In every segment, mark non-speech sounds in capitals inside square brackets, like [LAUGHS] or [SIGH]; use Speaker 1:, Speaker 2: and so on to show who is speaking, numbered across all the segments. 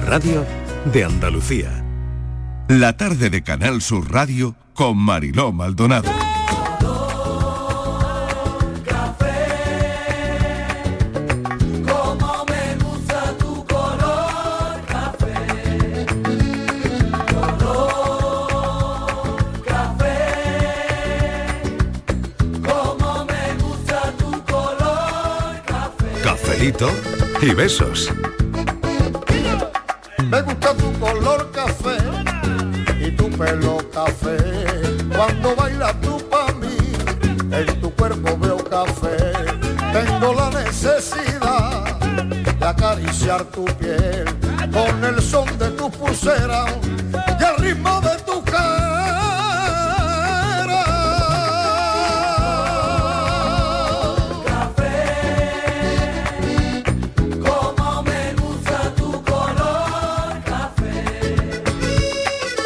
Speaker 1: radio de Andalucía.
Speaker 2: La tarde de Canal Sur Radio con Mariló Maldonado.
Speaker 3: Como me gusta tu color café, color café. Como me gusta tu color café.
Speaker 1: Cafelito y besos.
Speaker 4: Me gusta tu color café y tu pelo café. Cuando bailas tú para mí, en tu cuerpo veo café. Tengo la necesidad de acariciar tu piel con el son de tu pulsera y el ritmo de tu
Speaker 3: Como me gusta tu color café.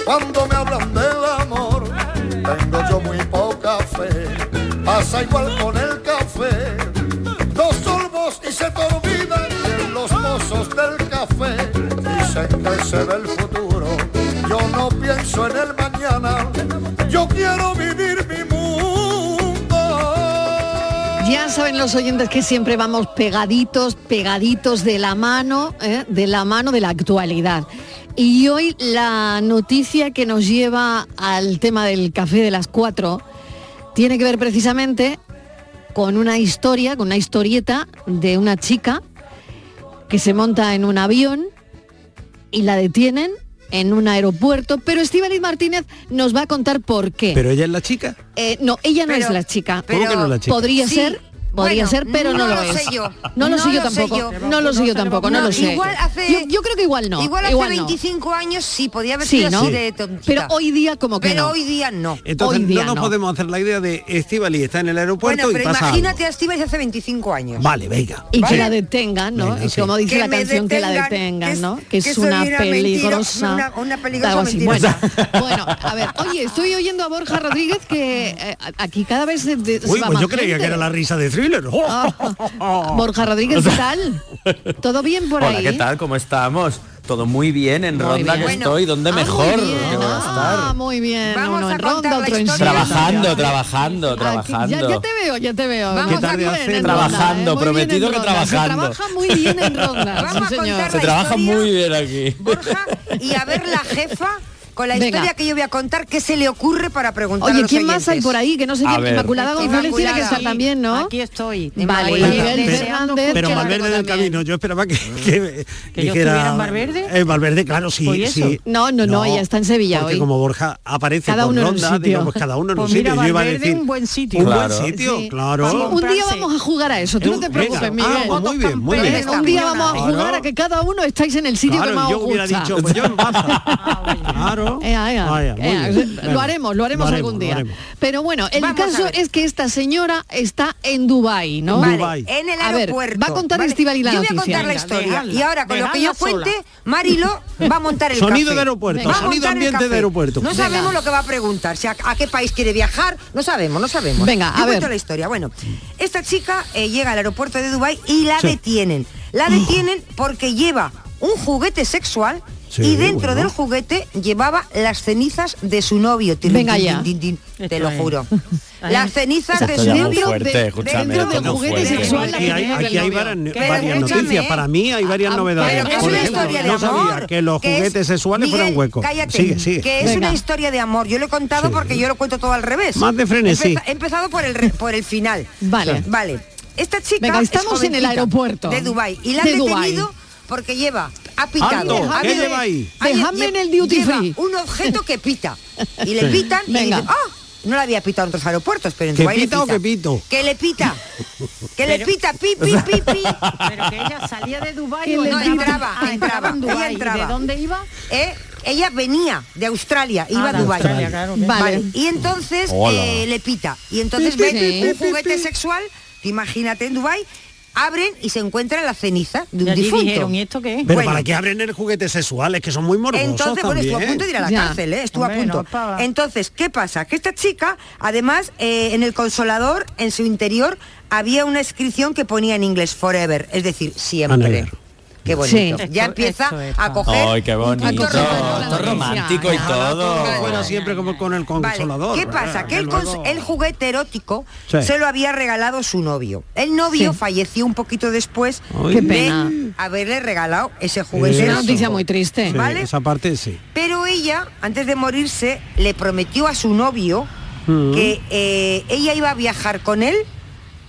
Speaker 4: Cuando me hablan del amor, tengo yo muy poca fe. Pasa igual con el café. Dos sorbos y se te olvidan de los pozos del café. Dicen que se ve el futuro. Yo no pienso en el mañana. Yo quiero vivir mi mundo.
Speaker 5: Ya saben los oyentes que siempre vamos pegaditos, pegaditos de la mano, ¿eh? de la mano de la actualidad. Y hoy la noticia que nos lleva al tema del café de las cuatro tiene que ver precisamente con una historia, con una historieta de una chica que se monta en un avión y la detienen en un aeropuerto, pero Estíbaliz Martínez nos va a contar por qué.
Speaker 6: Pero ella es la chica.
Speaker 5: Eh, no, ella no
Speaker 6: Pero-
Speaker 5: es la chica.
Speaker 6: ¿Cómo que no es la chica?
Speaker 5: Podría
Speaker 6: Sí,
Speaker 5: ser, podría
Speaker 6: bueno,
Speaker 5: ser, pero no,
Speaker 6: no
Speaker 5: lo,
Speaker 6: lo
Speaker 5: es.
Speaker 6: sé yo.
Speaker 5: No lo
Speaker 7: No
Speaker 5: sé yo
Speaker 7: lo sé
Speaker 5: tampoco.
Speaker 7: yo.
Speaker 5: No lo sé yo tampoco, no lo sé.
Speaker 7: Igual hace,
Speaker 5: yo, yo creo que igual no.
Speaker 7: Igual hace
Speaker 5: no.
Speaker 7: 25 años sí, podía haber
Speaker 5: Sí,
Speaker 7: sido
Speaker 5: ¿no?
Speaker 7: así de tontita.
Speaker 5: Pero hoy día como que
Speaker 7: Pero
Speaker 5: no.
Speaker 7: hoy día no.
Speaker 6: Entonces
Speaker 5: Hoy día
Speaker 6: no nos
Speaker 5: no.
Speaker 6: podemos hacer la idea de Estivali está en el aeropuerto
Speaker 7: bueno, pero
Speaker 6: y pasa algo.
Speaker 7: imagínate a Steve hace 25 años.
Speaker 6: Vale, venga.
Speaker 5: Y que
Speaker 7: ¿Vale?
Speaker 5: la detengan, ¿no?
Speaker 6: Venga,
Speaker 5: y
Speaker 6: sí.
Speaker 5: como dice
Speaker 7: Que
Speaker 5: la
Speaker 7: me
Speaker 5: canción, que la
Speaker 7: detengan,
Speaker 5: detengan,
Speaker 7: que
Speaker 5: ¿no?
Speaker 7: es-
Speaker 5: Que es
Speaker 7: que soy
Speaker 5: una
Speaker 7: una
Speaker 5: peligrosa.
Speaker 7: mentira- una- una peligrosa
Speaker 5: algo así.
Speaker 7: mentirosa.
Speaker 5: Bueno, bueno, a ver, oye, estoy oyendo a Borja Rodríguez que eh, aquí cada vez se, de-
Speaker 6: [LAUGHS]
Speaker 5: se
Speaker 6: Uy,
Speaker 5: va
Speaker 6: pues
Speaker 5: más
Speaker 6: yo creía
Speaker 5: gente. Oh.
Speaker 6: que era la risa de thriller. [LAUGHS]
Speaker 5: Ah, Borja Rodríguez, ¿qué tal? ¿Todo bien por
Speaker 8: Hola,
Speaker 5: ahí?
Speaker 8: ¿qué tal? ¿Cómo estamos? Todo muy bien, en Ronda que
Speaker 5: bien.
Speaker 8: estoy, ¿dónde mejor? que voy a estar?
Speaker 5: Ah, muy bien. uno en ronda, otro en
Speaker 8: Trabajando, trabajando,
Speaker 5: Aquí, ya, ya
Speaker 8: trabajando.
Speaker 5: te veo, ya te veo.
Speaker 8: Vamos
Speaker 5: Está
Speaker 8: a
Speaker 5: bien
Speaker 8: hacer-
Speaker 5: en
Speaker 8: Trabajando,
Speaker 5: Ronda, ¿eh? Muy bien en
Speaker 8: prometido que
Speaker 5: Ronda.
Speaker 8: trabajando.
Speaker 5: Se trabaja muy bien
Speaker 8: [LAUGHS]
Speaker 5: en ronda,
Speaker 7: Vamos
Speaker 5: [LAUGHS] sí,
Speaker 7: a
Speaker 5: señor.
Speaker 7: contar
Speaker 8: Se trabaja muy bien aquí.
Speaker 7: Y a ver la jefa con la
Speaker 5: Venga.
Speaker 7: historia que yo voy a contar, ¿qué se le ocurre para preguntar a
Speaker 5: Oye,
Speaker 7: los
Speaker 5: ¿quién más hay
Speaker 7: oyentes?
Speaker 5: por ahí? Que no sé
Speaker 7: A
Speaker 5: quién.
Speaker 7: ver.
Speaker 5: Inmaculada González tiene que
Speaker 7: Inmaculada.
Speaker 5: estar también, ¿no?
Speaker 9: Aquí estoy.
Speaker 5: Vale,
Speaker 9: Inmaculada.
Speaker 5: Miguel
Speaker 9: Deseando
Speaker 5: Fernández,
Speaker 9: justo
Speaker 6: Pero
Speaker 9: que
Speaker 6: Valverde del camino, yo esperaba que, que,
Speaker 9: yo estuviera en Valverde.
Speaker 6: Eh, Valverde, claro, sí,
Speaker 9: ¿Por eso?
Speaker 6: sí.
Speaker 5: No, no, no, ella está en Sevilla
Speaker 6: porque
Speaker 5: hoy.
Speaker 6: como Borja aparece
Speaker 5: Cada
Speaker 6: por
Speaker 5: uno en un
Speaker 6: Ronda,
Speaker 5: sitio.
Speaker 6: digamos, cada uno en
Speaker 9: Pues
Speaker 6: un
Speaker 9: mira,
Speaker 6: sitio. Yo iba a
Speaker 9: Valverde,
Speaker 6: decir,
Speaker 9: un buen sitio.
Speaker 6: Un
Speaker 9: Claro.
Speaker 6: buen sitio,
Speaker 9: Sí.
Speaker 6: claro.
Speaker 9: Sí,
Speaker 5: Un día vamos a jugar a eso, tú no te
Speaker 6: Venga.
Speaker 5: preocupes,
Speaker 6: Ah,
Speaker 5: Miguel.
Speaker 6: muy bien, muy
Speaker 5: Venga,
Speaker 6: bien.
Speaker 5: Un día vamos a
Speaker 6: Claro.
Speaker 5: jugar a que cada uno estáis en el sitio que
Speaker 6: Claro,
Speaker 5: más os
Speaker 6: yo hubiera
Speaker 5: gusta. Ah, Eh,
Speaker 6: dicho, pues yo en
Speaker 5: [LAUGHS]
Speaker 6: Baza. Claro.
Speaker 5: Ea, ea,
Speaker 6: Vaya, muy
Speaker 5: ea,
Speaker 6: bien.
Speaker 5: Lo
Speaker 6: Venga.
Speaker 5: haremos, lo haremos
Speaker 6: Lo
Speaker 5: algún día.
Speaker 6: lo haremos.
Speaker 5: Pero bueno, el
Speaker 7: Vamos a
Speaker 5: caso
Speaker 7: ver.
Speaker 5: es que esta señora está en Dubai, ¿no?
Speaker 7: Vale,
Speaker 6: Dubái.
Speaker 7: en el
Speaker 5: A ver,
Speaker 7: aeropuerto.
Speaker 5: va a contar
Speaker 7: ¿vale?
Speaker 5: Estíbaliz la
Speaker 7: Yo voy a
Speaker 5: noticia.
Speaker 7: contar la
Speaker 5: Venga,
Speaker 7: historia.
Speaker 9: dejadla,
Speaker 7: y ahora, con lo que yo
Speaker 9: dejadla sola.
Speaker 7: cuente, Marilo va a montar [LAUGHS] el
Speaker 6: Sonido
Speaker 7: café.
Speaker 6: de aeropuerto,
Speaker 7: Va a
Speaker 6: sonido
Speaker 7: montar el
Speaker 6: ambiente de
Speaker 7: café.
Speaker 6: aeropuerto.
Speaker 7: No
Speaker 6: Venga.
Speaker 7: sabemos lo que va a preguntar, si a, a qué país quiere viajar, no sabemos, no sabemos.
Speaker 5: Venga,
Speaker 7: Yo
Speaker 5: a
Speaker 7: cuento
Speaker 5: ver.
Speaker 7: la historia. Bueno, esta chica eh, llega al aeropuerto de Dubai y la detienen. La detienen porque lleva un juguete sexual
Speaker 6: Sí,
Speaker 7: y dentro
Speaker 6: bueno.
Speaker 7: del juguete llevaba las cenizas de su novio. Tin,
Speaker 5: Venga
Speaker 7: tin,
Speaker 5: ya.
Speaker 7: tin, tin, tin. te
Speaker 9: Esto
Speaker 7: lo
Speaker 9: es.
Speaker 7: juro.
Speaker 9: Ay.
Speaker 7: Las cenizas de su
Speaker 8: ya muy
Speaker 7: novio.
Speaker 8: fuerte,
Speaker 7: de-
Speaker 8: escúchame,
Speaker 7: dentro del
Speaker 8: esto no
Speaker 7: juguete
Speaker 5: juguete
Speaker 6: Pero
Speaker 5: sexual la
Speaker 6: aquí
Speaker 5: que
Speaker 6: hay,
Speaker 5: tiene
Speaker 6: aquí
Speaker 5: el
Speaker 6: hay
Speaker 5: novio.
Speaker 6: varias,
Speaker 7: Pero
Speaker 6: varias
Speaker 7: escúchame,
Speaker 6: noticias.
Speaker 7: ¿eh?
Speaker 6: Para mí hay varias
Speaker 7: Ah,
Speaker 6: novedades.
Speaker 7: pero que
Speaker 6: Por
Speaker 7: es una
Speaker 6: ejemplo,
Speaker 7: historia de
Speaker 6: no
Speaker 7: amor,
Speaker 6: sabía que los
Speaker 7: es-
Speaker 6: juguetes sexuales
Speaker 7: Miguel,
Speaker 6: fueran huecos.
Speaker 7: cállate,
Speaker 6: Sigue, sigue.
Speaker 7: Que es
Speaker 5: Venga.
Speaker 7: una historia de amor. Yo lo he contado porque yo lo cuento todo al revés.
Speaker 6: Más de frenesí.
Speaker 7: Empeza- He empezado por el, re- por el final.
Speaker 5: Vale.
Speaker 7: Vale. Esta chica
Speaker 5: Venga,
Speaker 7: es
Speaker 5: estamos en el
Speaker 7: jovencita,
Speaker 5: aeropuerto.
Speaker 7: De Dubai. Y la han
Speaker 5: De Dubái.
Speaker 7: detenido porque lleva... Ha pitado.
Speaker 6: Alto,
Speaker 7: ha
Speaker 6: ¿qué
Speaker 7: habido-
Speaker 6: lleva ahí?
Speaker 7: ha lle-
Speaker 5: Dejadme en el duty
Speaker 7: lleva
Speaker 5: free.
Speaker 7: un objeto que pita. Y le pitan y
Speaker 5: Venga.
Speaker 7: dicen, ¡ah! no la había pitado en otros aeropuertos, pero en
Speaker 6: ¿Que
Speaker 7: Dubái le
Speaker 6: pita o que pito?
Speaker 7: Que le pita. Que le pita. Pi, pi, pi, pi.
Speaker 9: Pero que ella salía de Dubái
Speaker 5: Que
Speaker 9: o
Speaker 5: le
Speaker 9: entraba,
Speaker 7: entraba,
Speaker 9: Ah, entraba
Speaker 7: entraba,
Speaker 9: en
Speaker 7: ella
Speaker 9: Dubái. ¿Y
Speaker 7: entraba.
Speaker 9: ¿De dónde iba?
Speaker 7: ¿eh? Ella venía de Australia, iba
Speaker 9: Ah,
Speaker 7: a
Speaker 9: de
Speaker 7: Dubái.
Speaker 9: Australia, claro, bien.
Speaker 5: Vale.
Speaker 7: Y entonces
Speaker 8: Hola.
Speaker 7: eh, le pita. Y entonces
Speaker 5: Pi, pi,
Speaker 7: ven
Speaker 5: pi, pi,
Speaker 7: un juguete sexual, imagínate en Dubái, abren y se encuentran la ceniza de
Speaker 9: Y
Speaker 7: un
Speaker 9: allí
Speaker 7: difunto.
Speaker 9: dijeron, ¿y esto qué es?
Speaker 6: Pero
Speaker 7: Bueno.
Speaker 6: para qué abren el juguete sexual, es que son muy morbosos
Speaker 7: Entonces, bueno,
Speaker 6: también.
Speaker 7: estuvo a punto de ir a la
Speaker 5: Ya.
Speaker 7: cárcel, ¿eh? estuvo
Speaker 9: Hombre,
Speaker 7: a
Speaker 9: no,
Speaker 7: punto.
Speaker 9: pava.
Speaker 7: Entonces, ¿qué pasa? Que esta chica, además, eh, en el consolador, en su interior, había una inscripción que ponía en inglés forever, es decir, siempre.
Speaker 6: never.
Speaker 7: Qué bonito. ya empieza a coger.
Speaker 8: Ay, qué bonito. Todo romántico y todo.
Speaker 6: Fuera siempre como con el consolador.
Speaker 7: ¿Qué pasa? Que el, cons- el juguete erótico
Speaker 6: Sí.
Speaker 7: se lo había regalado su novio. El novio falleció un poquito después
Speaker 6: Ay. Qué
Speaker 7: de
Speaker 6: pena.
Speaker 7: haberle regalado ese
Speaker 6: Es
Speaker 7: juguete.
Speaker 6: una
Speaker 7: erótico.
Speaker 6: noticia
Speaker 5: muy triste.
Speaker 6: Sí,
Speaker 7: ¿Vale?
Speaker 6: Esa parte sí.
Speaker 7: Pero ella, antes de morirse, le prometió a su novio
Speaker 6: Mm.
Speaker 7: que eh, ella iba a viajar con él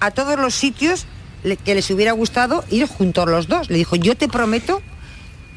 Speaker 7: a todos los sitios le- que les hubiera gustado ir juntos los dos. Le dijo, yo te prometo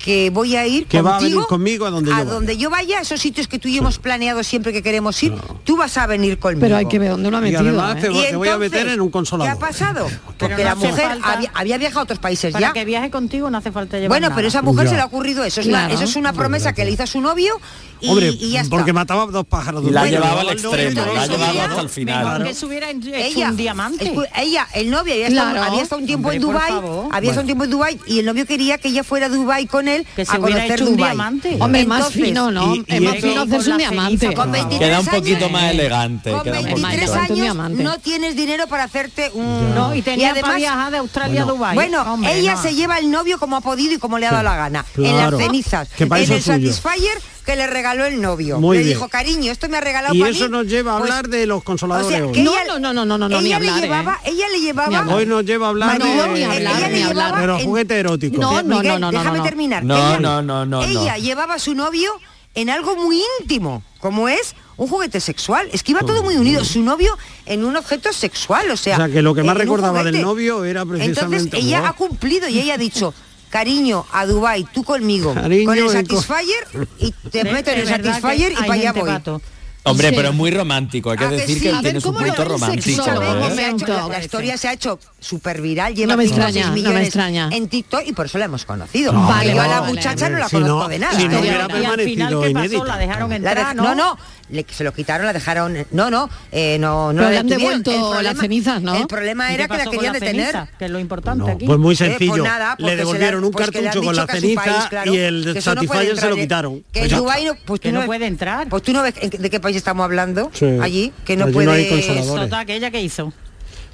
Speaker 7: que voy a ir
Speaker 6: Que va a
Speaker 7: contigo
Speaker 6: venir conmigo a donde yo vaya".
Speaker 7: yo vaya, a esos sitios que tú y yo hemos planeado siempre que queremos ir, tú vas a venir conmigo.
Speaker 5: Pero hay que ver dónde lo ha
Speaker 6: Y
Speaker 5: metido.
Speaker 6: además
Speaker 5: ¿eh?
Speaker 6: te, vo- te voy a meter en un
Speaker 7: ¿Qué
Speaker 6: consolador.
Speaker 7: ha
Speaker 6: [LAUGHS]
Speaker 7: pasado? Porque
Speaker 9: no
Speaker 7: la
Speaker 9: hace
Speaker 7: mujer
Speaker 9: falta-
Speaker 7: había, había viajado a otros países
Speaker 9: Para
Speaker 7: ya.
Speaker 9: que viaje contigo no hace falta llevar
Speaker 7: Bueno,
Speaker 9: nada.
Speaker 7: pero esa mujer
Speaker 6: Ya.
Speaker 7: se le ha ocurrido eso. Es una-
Speaker 9: Claro.
Speaker 7: eso es una promesa que le hizo a su novio y,
Speaker 6: Hombre,
Speaker 7: y ya está.
Speaker 6: porque mataba dos pájaros de
Speaker 8: Y la
Speaker 6: un tiro.
Speaker 8: llevaba al
Speaker 6: No,
Speaker 8: extremo,
Speaker 6: no,
Speaker 8: la llevaba
Speaker 6: no,
Speaker 8: hasta
Speaker 6: no,
Speaker 8: el
Speaker 6: no.
Speaker 9: Mejor
Speaker 8: final.
Speaker 9: que se hubiera hecho un diamante.
Speaker 7: escu- ella, el novio había estado,
Speaker 5: Claro.
Speaker 7: había estado un tiempo en
Speaker 9: Hombre, por
Speaker 7: Dubai,
Speaker 9: favor.
Speaker 7: había estado un tiempo en Dubai y el novio quería que ella fuera a Dubai con él
Speaker 9: Que se
Speaker 7: a
Speaker 9: hubiera
Speaker 7: conocer
Speaker 9: hecho un
Speaker 7: Dubai.
Speaker 9: diamante.
Speaker 5: Hombre, más
Speaker 7: Entonces,
Speaker 5: fino, ¿no?
Speaker 6: y-
Speaker 5: es
Speaker 6: y-
Speaker 5: más
Speaker 6: y-
Speaker 5: fino
Speaker 9: con
Speaker 5: hacerse un
Speaker 9: la
Speaker 5: diamante.
Speaker 9: ceniza, con
Speaker 5: Ah,
Speaker 7: 23
Speaker 8: Queda un poquito
Speaker 7: años,
Speaker 8: más
Speaker 7: eh.
Speaker 8: elegante.
Speaker 7: Con
Speaker 8: Queda un poquito.
Speaker 7: 23
Speaker 5: Exacto, un
Speaker 7: años
Speaker 5: diamante.
Speaker 7: no tienes dinero para hacerte un...
Speaker 9: No, y tenía
Speaker 7: además-
Speaker 9: para viajar de Australia a Dubái.
Speaker 7: Bueno,
Speaker 9: Hombre,
Speaker 7: ella
Speaker 9: no.
Speaker 7: se lleva al novio como ha podido y como le ha dado la gana. En
Speaker 6: claro.
Speaker 7: las cenizas.
Speaker 6: Que para
Speaker 7: en
Speaker 6: eso
Speaker 7: el
Speaker 6: es suyo.
Speaker 7: Satisfyer que le regaló el novio.
Speaker 6: Muy
Speaker 7: le
Speaker 6: bien.
Speaker 7: dijo, cariño, esto me ha regalado
Speaker 6: Y
Speaker 7: para
Speaker 6: eso
Speaker 7: mí".
Speaker 6: nos lleva a
Speaker 7: Pues,
Speaker 6: hablar de los
Speaker 7: o
Speaker 6: consoladores
Speaker 7: sea,
Speaker 6: hoy.
Speaker 7: que
Speaker 5: No,
Speaker 7: ella-
Speaker 5: no, no, no, no, no, ni
Speaker 7: ella
Speaker 5: hablar,
Speaker 7: le
Speaker 5: ¿eh?
Speaker 7: llevaba, ella le
Speaker 5: Ni
Speaker 7: llevaba
Speaker 5: hablar.
Speaker 6: Hoy nos lleva a hablar
Speaker 5: No,
Speaker 6: de,
Speaker 5: ni hablar,
Speaker 6: de-
Speaker 7: eh, ella
Speaker 5: ni
Speaker 7: le
Speaker 5: hablar.
Speaker 7: llevaba
Speaker 6: de los
Speaker 7: en-
Speaker 6: juguetes eróticos.
Speaker 5: No,
Speaker 7: Miguel,
Speaker 5: no, no, no, no,
Speaker 7: déjame
Speaker 5: no.
Speaker 7: terminar.
Speaker 8: No,
Speaker 7: Ella-
Speaker 8: no, no, no,
Speaker 7: Ella
Speaker 8: no.
Speaker 7: llevaba a su novio en algo muy íntimo, como es un juguete sexual. Es que iba todo muy unido. Su novio en un objeto sexual, o sea.
Speaker 6: O sea, que lo que más
Speaker 7: en un
Speaker 6: recordaba del
Speaker 7: juguete.
Speaker 6: novio era precisamente-
Speaker 7: Entonces ella
Speaker 6: Buah.
Speaker 7: ha cumplido y ella ha dicho. Cariño, a Dubai, tú conmigo,
Speaker 6: Cariño,
Speaker 7: con el
Speaker 6: y con-
Speaker 7: Satisfyer y te
Speaker 9: De-
Speaker 7: meto en
Speaker 9: de
Speaker 7: el
Speaker 9: verdad que
Speaker 7: Satisfyer y
Speaker 9: hay
Speaker 7: para allá
Speaker 9: gente
Speaker 7: voy.
Speaker 9: gato.
Speaker 8: Hombre,
Speaker 5: Sí.
Speaker 8: pero es muy romántico. Hay que
Speaker 7: Ah, que
Speaker 8: decir
Speaker 7: sí.
Speaker 8: que
Speaker 7: A ver,
Speaker 8: tiene su
Speaker 5: ¿cómo lo
Speaker 8: punto
Speaker 5: ven
Speaker 8: romántico.
Speaker 5: sexualmente?
Speaker 8: ¿eh?
Speaker 7: Sabemos, se ha hecho-
Speaker 5: momento.
Speaker 7: la, la historia se ha hecho súper viral, lleva
Speaker 5: No me
Speaker 7: 5 o 6
Speaker 5: extraña, no me
Speaker 7: millones
Speaker 5: extraña.
Speaker 7: en TikTok y por eso la hemos conocido.
Speaker 5: Vale,
Speaker 7: Yo a la
Speaker 5: vale,
Speaker 7: muchacha no la
Speaker 6: Si
Speaker 7: conozco
Speaker 6: no-
Speaker 7: de nada.
Speaker 6: si no
Speaker 7: ¿eh?
Speaker 6: hubiera
Speaker 9: y al final,
Speaker 6: permanecido
Speaker 9: ¿qué pasó?
Speaker 6: inédita.
Speaker 9: La dejaron
Speaker 7: La
Speaker 9: entrar,
Speaker 7: dej- no, no, le- se lo quitaron, la dejaron, no, no, eh, no, no
Speaker 5: Pero
Speaker 7: la
Speaker 5: le han
Speaker 7: detuvieron.
Speaker 5: devuelto
Speaker 7: El problema-
Speaker 5: las cenizas, ¿no?
Speaker 7: El problema
Speaker 9: ¿Y
Speaker 7: era
Speaker 9: qué
Speaker 7: que la
Speaker 9: pasó con
Speaker 7: querían detener.
Speaker 9: ceniza? Que es lo importante
Speaker 6: No,
Speaker 9: aquí.
Speaker 6: pues muy
Speaker 7: Eh, pues
Speaker 6: sencillo.
Speaker 7: nada, porque
Speaker 6: le
Speaker 7: se han-
Speaker 6: devolvieron un
Speaker 7: pues que le han
Speaker 6: cartucho con
Speaker 7: dicho
Speaker 6: la
Speaker 7: que a su
Speaker 6: ceniza
Speaker 7: país, claro,
Speaker 6: y
Speaker 7: que
Speaker 6: el
Speaker 7: eso no puede
Speaker 6: Satisfyer se lo
Speaker 7: entrar, eh,
Speaker 6: quitaron.
Speaker 7: Que en
Speaker 6: Ya
Speaker 7: Dubái
Speaker 6: está.
Speaker 7: no, pues tú
Speaker 9: Que no
Speaker 7: ves-
Speaker 9: puede entrar.
Speaker 7: Pues tú no ves en- de qué país estamos hablando
Speaker 6: Sí.
Speaker 7: allí, que no
Speaker 6: Allí no
Speaker 7: puede
Speaker 6: hay consolador.
Speaker 9: Total, aquella que hizo.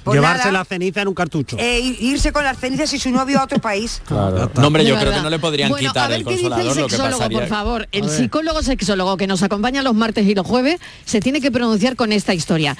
Speaker 7: pues
Speaker 6: Llevarse
Speaker 7: nada.
Speaker 6: la ceniza en un cartucho.
Speaker 7: eh, ir- irse con las cenizas y su novio a otro
Speaker 6: [LAUGHS]
Speaker 7: país.
Speaker 6: Ya
Speaker 8: Claro.
Speaker 6: está.
Speaker 8: No, hombre,
Speaker 5: De
Speaker 8: yo creo
Speaker 5: verdad.
Speaker 8: que no le podrían
Speaker 5: Bueno,
Speaker 8: quitar
Speaker 5: a ver
Speaker 8: el
Speaker 5: qué dice
Speaker 8: consolador, lo que
Speaker 5: sexólogo,
Speaker 8: pasaría.
Speaker 5: por favor, el psicólogo sexólogo que nos acompaña los martes y los jueves se tiene que pronunciar con esta historia.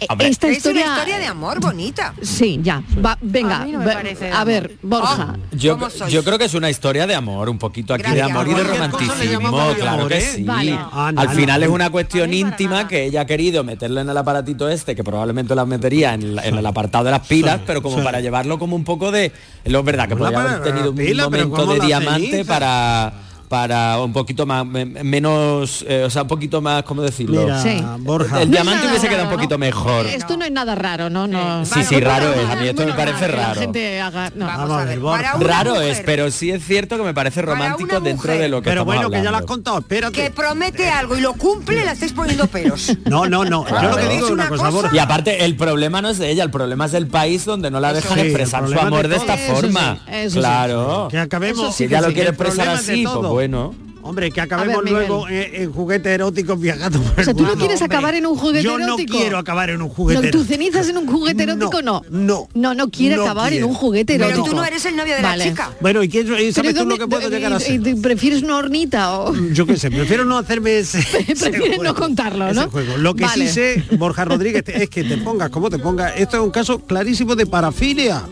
Speaker 5: Eh,
Speaker 8: Hombre.
Speaker 5: Esta
Speaker 7: Es
Speaker 5: historia,
Speaker 7: una historia de amor bonita.
Speaker 5: Sí, ya. Va, venga,
Speaker 9: A mí no me
Speaker 5: ve-
Speaker 9: parece de
Speaker 5: a
Speaker 9: amor.
Speaker 5: ver, Borja.
Speaker 8: Yo,
Speaker 7: ¿Cómo sois?
Speaker 8: yo creo que es una historia de amor, un poquito aquí
Speaker 7: Gracias.
Speaker 8: de amor y de
Speaker 7: Cualquier cosa le
Speaker 8: romanticismo,
Speaker 6: llamamos de
Speaker 8: claro
Speaker 6: amor,
Speaker 8: que
Speaker 6: ¿eh?
Speaker 8: sí.
Speaker 5: Vale.
Speaker 6: Ah, no,
Speaker 8: Al
Speaker 6: no.
Speaker 8: final es una cuestión
Speaker 9: A mí para
Speaker 8: íntima
Speaker 9: nada.
Speaker 8: que ella ha querido meterle en el aparatito este, que probablemente la metería en, la- en el apartado de las pilas, pero como para llevarlo como un poco de... Lo es verdad que
Speaker 6: Como la
Speaker 8: podría haber
Speaker 6: para-
Speaker 8: tenido un
Speaker 6: pila, pero
Speaker 8: momento
Speaker 6: como
Speaker 8: de
Speaker 6: la
Speaker 8: diamante
Speaker 6: ceniza.
Speaker 8: para para un poquito más me- menos eh, o sea un poquito más cómo decirlo
Speaker 6: Mira,
Speaker 5: Sí.
Speaker 6: Borja.
Speaker 8: el
Speaker 5: No es
Speaker 8: diamante
Speaker 5: nada
Speaker 8: hubiese quedado un
Speaker 5: raro,
Speaker 8: poquito
Speaker 5: ¿no?
Speaker 8: mejor
Speaker 5: Esto no es nada raro, ¿no? no.
Speaker 8: Sí, sí, raro es. A mí esto me parece
Speaker 5: Que la
Speaker 8: raro.
Speaker 5: gente haga- no.
Speaker 7: Vamos a
Speaker 6: Vamos a
Speaker 7: ver.
Speaker 6: ver, Borja.
Speaker 7: para una
Speaker 8: Raro es,
Speaker 7: mujer
Speaker 8: pero sí es cierto que me parece
Speaker 7: Para una
Speaker 8: romántico dentro
Speaker 7: mujer.
Speaker 8: de lo que
Speaker 6: Pero
Speaker 8: estamos
Speaker 6: bueno, que ya lo has
Speaker 8: hablando.
Speaker 6: contado,
Speaker 7: Que
Speaker 6: espérate.
Speaker 7: promete algo y lo cumple, la estáis poniendo pelos.
Speaker 6: No, no, no. Yo lo que
Speaker 8: Claro.
Speaker 6: digo
Speaker 7: Es
Speaker 6: es una
Speaker 7: una
Speaker 6: cosa,
Speaker 7: cosa-
Speaker 6: Borja.
Speaker 8: Y aparte, el problema no es de ella, el problema es del país donde no la dejan
Speaker 6: sí, el
Speaker 8: expresar su
Speaker 6: problema es de
Speaker 8: amor de, esta
Speaker 5: todos. Eso sí,
Speaker 8: forma.
Speaker 5: eso sí.
Speaker 8: claro.
Speaker 6: Que acabemos.
Speaker 8: Si ya lo quiere
Speaker 6: El problema
Speaker 8: expresar
Speaker 6: es de
Speaker 8: así, pues
Speaker 6: todo.
Speaker 8: bueno.
Speaker 6: Hombre, que acabemos
Speaker 5: A ver, Miguel.
Speaker 6: luego eh, en juguetes eróticos viajando por
Speaker 5: O sea,
Speaker 6: el
Speaker 5: ¿tú no
Speaker 6: mundo,
Speaker 5: quieres
Speaker 6: hombre.
Speaker 5: acabar en un juguete
Speaker 6: Yo
Speaker 5: erótico?
Speaker 6: no quiero acabar en un juguete
Speaker 5: No, ¿Tus
Speaker 6: erótico.
Speaker 5: cenizas en un juguete erótico? No.
Speaker 6: No,
Speaker 5: No, no quiere
Speaker 6: no
Speaker 5: acabar
Speaker 6: quiero.
Speaker 5: en un juguete
Speaker 6: Pero
Speaker 5: erótico.
Speaker 7: Pero tú no eres el novio de
Speaker 5: Vale.
Speaker 7: la chica.
Speaker 6: Bueno, ¿y, qué, y
Speaker 5: Pero
Speaker 6: sabes tú
Speaker 5: ¿dónde-
Speaker 6: lo que puedo
Speaker 5: y-
Speaker 6: llegar a
Speaker 5: y-
Speaker 6: ser?
Speaker 5: y- ¿Prefieres una hornita o...?
Speaker 6: Yo qué sé, prefiero no hacerme
Speaker 5: [LAUGHS]
Speaker 6: ese, ese
Speaker 5: Prefieres no contarlo,
Speaker 6: ese
Speaker 5: ¿no?
Speaker 6: juego. Lo que
Speaker 5: Vale.
Speaker 6: sí sé, Borja Rodríguez, es que te pongas como te pongas. Esto es un caso clarísimo de parafilia.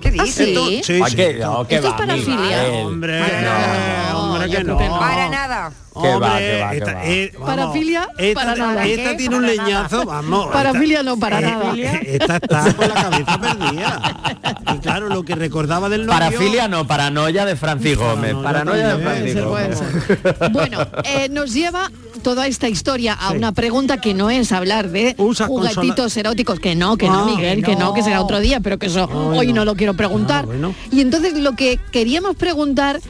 Speaker 7: ¿Qué
Speaker 5: Ah,
Speaker 7: dices?
Speaker 5: sí.
Speaker 6: Esto- sí,
Speaker 8: Ah,
Speaker 6: sí.
Speaker 8: que- no, que
Speaker 5: Esto es
Speaker 8: va, Miguel.
Speaker 5: parafilia.
Speaker 6: Hombre,
Speaker 5: no,
Speaker 6: hombre,
Speaker 5: yo
Speaker 6: que
Speaker 5: creo
Speaker 6: no.
Speaker 5: que no.
Speaker 7: Para nada.
Speaker 8: Que va,
Speaker 6: Hombre,
Speaker 8: que va, que
Speaker 6: esta-
Speaker 8: va.
Speaker 6: eh, vamos,
Speaker 5: Parafilia,
Speaker 6: esta,
Speaker 5: para nada.
Speaker 6: Esta
Speaker 9: ¿Qué?
Speaker 6: tiene un
Speaker 9: Para nada.
Speaker 6: leñazo, vamos.
Speaker 5: Parafilia
Speaker 6: esta-
Speaker 5: no, para
Speaker 6: eh,
Speaker 5: nada.
Speaker 6: Esta está
Speaker 5: [LAUGHS]
Speaker 6: con la cabeza perdida. Y claro, lo que recordaba del novio...
Speaker 8: Parafilia no, paranoia de Francis Gómez. Paranoia
Speaker 6: Paranoia
Speaker 8: de Francis
Speaker 6: también.
Speaker 5: Puede ser,
Speaker 8: Gómez.
Speaker 5: puede ser. Bueno, eh, nos lleva toda esta historia a una pregunta que no es hablar de
Speaker 6: Usa
Speaker 5: juguetitos
Speaker 6: consola-
Speaker 5: eróticos, que no, que no,
Speaker 6: Ah,
Speaker 5: Miguel, que no, que será otro día, pero que eso hoy no lo quiero preguntar.
Speaker 6: Ah, bueno.
Speaker 5: Y entonces lo que queríamos preguntar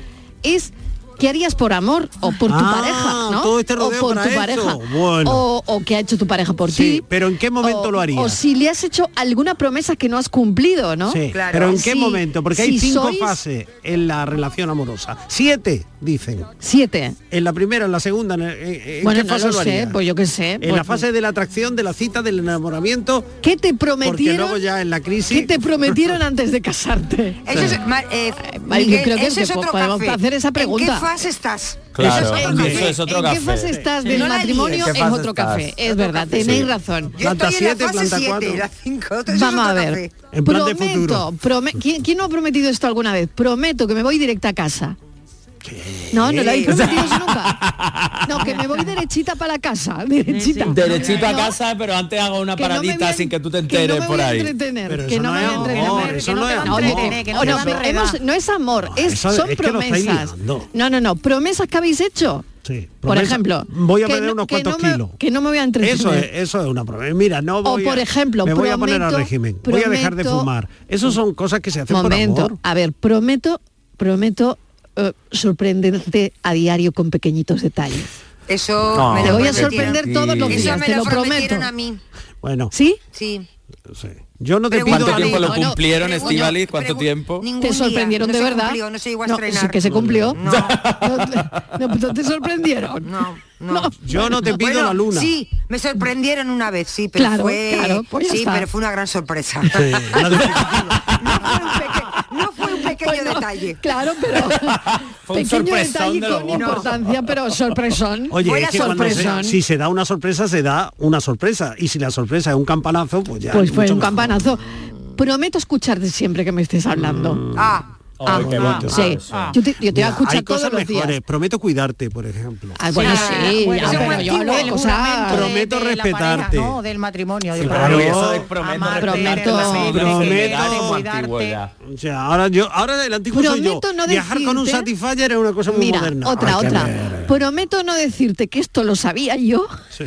Speaker 5: es ¿Qué harías por amor o por tu
Speaker 6: Ah,
Speaker 5: pareja? ¿no?
Speaker 6: todo este
Speaker 5: O
Speaker 6: rodeo
Speaker 5: por
Speaker 6: para
Speaker 5: tu
Speaker 6: eso.
Speaker 5: pareja.
Speaker 6: Bueno.
Speaker 5: O, o qué ha hecho tu pareja por
Speaker 6: Sí,
Speaker 5: ti.
Speaker 6: pero ¿en qué momento
Speaker 5: o,
Speaker 6: lo harías?
Speaker 5: O si le has hecho alguna promesa que no has cumplido, ¿no?
Speaker 6: Sí, Pero ¿en qué
Speaker 5: Si-
Speaker 6: momento? Porque hay
Speaker 5: si
Speaker 6: cinco
Speaker 5: sois
Speaker 6: fases en la relación amorosa. Siete, dicen.
Speaker 5: Siete.
Speaker 6: En la primera, en la segunda, en, en- en
Speaker 5: Bueno,
Speaker 6: qué
Speaker 5: no
Speaker 6: fase
Speaker 5: lo
Speaker 6: lo
Speaker 5: sé,
Speaker 6: harías?
Speaker 5: pues yo qué sé.
Speaker 6: En
Speaker 5: pues-
Speaker 6: la fase de la atracción, de la cita, del enamoramiento,
Speaker 5: ¿Qué te
Speaker 6: porque
Speaker 5: prometieron?
Speaker 6: luego ya en la crisis.
Speaker 5: ¿Qué te prometieron antes de casarte?
Speaker 7: Eso es, ma- eh,
Speaker 5: Vale, yo
Speaker 7: Miguel,
Speaker 5: creo que
Speaker 7: eso es
Speaker 5: po-
Speaker 7: otro
Speaker 5: podemos
Speaker 7: café.
Speaker 5: hacer esa
Speaker 7: ¿En qué
Speaker 5: pregunta.
Speaker 7: fase estás?
Speaker 8: Claro,
Speaker 7: Eso es
Speaker 5: ¿En
Speaker 7: otro
Speaker 5: qué-
Speaker 8: eso
Speaker 7: café.
Speaker 8: es otro
Speaker 5: ¿En qué
Speaker 8: café.
Speaker 5: fase estás del
Speaker 7: No la
Speaker 5: matrimonio?
Speaker 7: líes.
Speaker 8: ¿En qué
Speaker 5: Es
Speaker 8: fase
Speaker 5: otro
Speaker 8: estás?
Speaker 5: café, es verdad, tenéis razón.
Speaker 7: Yo
Speaker 6: Planta
Speaker 7: estoy en
Speaker 6: siete,
Speaker 7: la fase
Speaker 6: planta
Speaker 7: 7
Speaker 6: cuatro.
Speaker 7: la 5.
Speaker 5: Vamos a ver.
Speaker 6: En plan de
Speaker 5: prometo,
Speaker 6: futuro.
Speaker 5: prome- ¿quién, quién no ha prometido esto alguna vez? Prometo que me voy directa a casa. No, no lo habéis prometido eso nunca. No, que me voy derechita para la casa, derechita.
Speaker 8: Derechito a
Speaker 5: No,
Speaker 8: casa, pero antes hago una
Speaker 5: que no me
Speaker 8: paradita
Speaker 5: voy a-
Speaker 8: sin que tú te enteres
Speaker 5: que no me
Speaker 8: por
Speaker 5: voy a
Speaker 8: ahí.
Speaker 5: entretener,
Speaker 6: Pero
Speaker 5: que
Speaker 6: eso
Speaker 5: no
Speaker 6: no
Speaker 5: me
Speaker 6: es
Speaker 5: voy a
Speaker 6: amor,
Speaker 5: entretener.
Speaker 6: eso
Speaker 9: que
Speaker 6: no es
Speaker 9: te va a
Speaker 5: No,
Speaker 6: amor.
Speaker 9: entretener, que no te
Speaker 5: no,
Speaker 9: va a
Speaker 5: pero
Speaker 9: enredar.
Speaker 5: hemos- no es amor, es-
Speaker 6: Eso es
Speaker 5: son
Speaker 6: que lo estáis
Speaker 5: promesas.
Speaker 6: liando.
Speaker 5: No, no, no, promesas que habéis hecho.
Speaker 6: [LAUGHS] Sí,
Speaker 5: por
Speaker 6: promesa,
Speaker 5: ejemplo,
Speaker 6: voy a
Speaker 5: que
Speaker 6: perder
Speaker 5: no-
Speaker 6: unos
Speaker 5: que
Speaker 6: cuantos
Speaker 5: no me-
Speaker 6: kilos.
Speaker 5: que no me voy a entretener.
Speaker 6: Eso es, eso es una promesa. Mira, no voy
Speaker 5: por
Speaker 6: a-
Speaker 5: ejemplo,
Speaker 6: me voy a poner al
Speaker 5: prometo-
Speaker 6: régimen. voy a dejar de
Speaker 5: prometo-
Speaker 6: fumar. Eso son cosas que se hacen por
Speaker 5: Momento,
Speaker 6: amor.
Speaker 5: a ver, prometo, prometo eh, sorprenderte a diario con pequeñitos detalles.
Speaker 7: Eso
Speaker 8: No.
Speaker 7: me
Speaker 5: Te
Speaker 7: lo
Speaker 5: voy a
Speaker 7: prometieron.
Speaker 5: sorprender todos los
Speaker 8: Sí.
Speaker 7: Eso
Speaker 5: días,
Speaker 7: me
Speaker 5: te
Speaker 7: lo
Speaker 5: lo
Speaker 7: prometieron
Speaker 5: prometo.
Speaker 7: a mí.
Speaker 6: Bueno,
Speaker 5: ¿Sí?
Speaker 7: Sí.
Speaker 6: sí. yo no te
Speaker 7: Pregunto-
Speaker 6: pido
Speaker 8: ¿Cuánto tiempo lo
Speaker 5: No, no,
Speaker 8: cumplieron,
Speaker 7: Pregunto-
Speaker 8: Estivaliz? ¿Cuánto
Speaker 7: pregun-
Speaker 8: tiempo?
Speaker 7: Ningún
Speaker 5: ¿Te
Speaker 7: día.
Speaker 5: sorprendieron
Speaker 7: No
Speaker 5: de
Speaker 7: se
Speaker 5: verdad?
Speaker 7: cumplió, no se llegó a
Speaker 5: No,
Speaker 7: estrenar.
Speaker 5: sí que se cumplió.
Speaker 7: No,
Speaker 5: [LAUGHS] No, no, te sorprendieron.
Speaker 7: no,
Speaker 5: [LAUGHS]
Speaker 7: no.
Speaker 6: Yo no te pido
Speaker 7: Bueno,
Speaker 6: la luna.
Speaker 7: Sí, me sorprendieron una vez, sí, pero
Speaker 5: Claro,
Speaker 7: fue
Speaker 5: claro, pues ya
Speaker 7: sí,
Speaker 5: está.
Speaker 7: pero fue una gran sorpresa.
Speaker 6: Sí, la definitiva.
Speaker 7: No fue un peque- no fue un pequeño
Speaker 5: Bueno,
Speaker 7: detalle.
Speaker 5: [LAUGHS] Claro,
Speaker 6: [LAUGHS]
Speaker 5: pero
Speaker 8: Fue un
Speaker 5: pequeño
Speaker 8: sorpresón de
Speaker 5: detalle
Speaker 8: los
Speaker 5: con
Speaker 8: guapos.
Speaker 5: importancia, pero sorpresón.
Speaker 6: Oye,
Speaker 7: Fue
Speaker 6: es
Speaker 7: la
Speaker 6: que cuando se-
Speaker 5: sorpresón.
Speaker 6: si se da una sorpresa, se da una sorpresa. Y si la sorpresa es un campanazo, pues ya.
Speaker 5: pues fue
Speaker 6: mucho
Speaker 5: un
Speaker 6: mejor.
Speaker 5: campanazo. Prometo escucharte siempre que me estés
Speaker 6: Mm.
Speaker 5: hablando.
Speaker 7: Ah,
Speaker 8: Ay, Oh, qué bonito.
Speaker 5: sí,
Speaker 9: ah.
Speaker 5: yo te, yo te voy a
Speaker 6: Mira,
Speaker 5: escuchar
Speaker 6: hay cosas
Speaker 5: todos los días.
Speaker 6: mejores. Prometo cuidarte, por ejemplo.
Speaker 5: Ah, bueno,
Speaker 9: Ah,
Speaker 5: sí,
Speaker 9: bueno,
Speaker 5: ya,
Speaker 9: eso
Speaker 5: pero
Speaker 9: es
Speaker 5: yo hablo
Speaker 9: antiguo,
Speaker 5: de
Speaker 9: el
Speaker 5: cosas...
Speaker 9: juramento de-
Speaker 6: Prometo
Speaker 9: de la
Speaker 6: respetarte.
Speaker 9: pareja, no, del matrimonio. de
Speaker 6: Claro.
Speaker 8: Pero
Speaker 9: prometo.
Speaker 8: eso de prometo,
Speaker 9: Amarte,
Speaker 5: Prometo.
Speaker 9: amarte,
Speaker 6: Prometo.
Speaker 9: cuidarte.
Speaker 6: O sea, ahora yo, ahora el antiguo soy yo.
Speaker 5: Prometo no
Speaker 6: Viajar con un
Speaker 5: decirte-
Speaker 6: Satisfyer es una cosa muy
Speaker 5: Mira,
Speaker 6: pues moderna.
Speaker 5: otra,
Speaker 6: Ay, qué
Speaker 5: otra.
Speaker 6: ver.
Speaker 5: Prometo no decirte que esto lo
Speaker 8: [LAUGHS]
Speaker 5: sabía yo,
Speaker 6: Sí.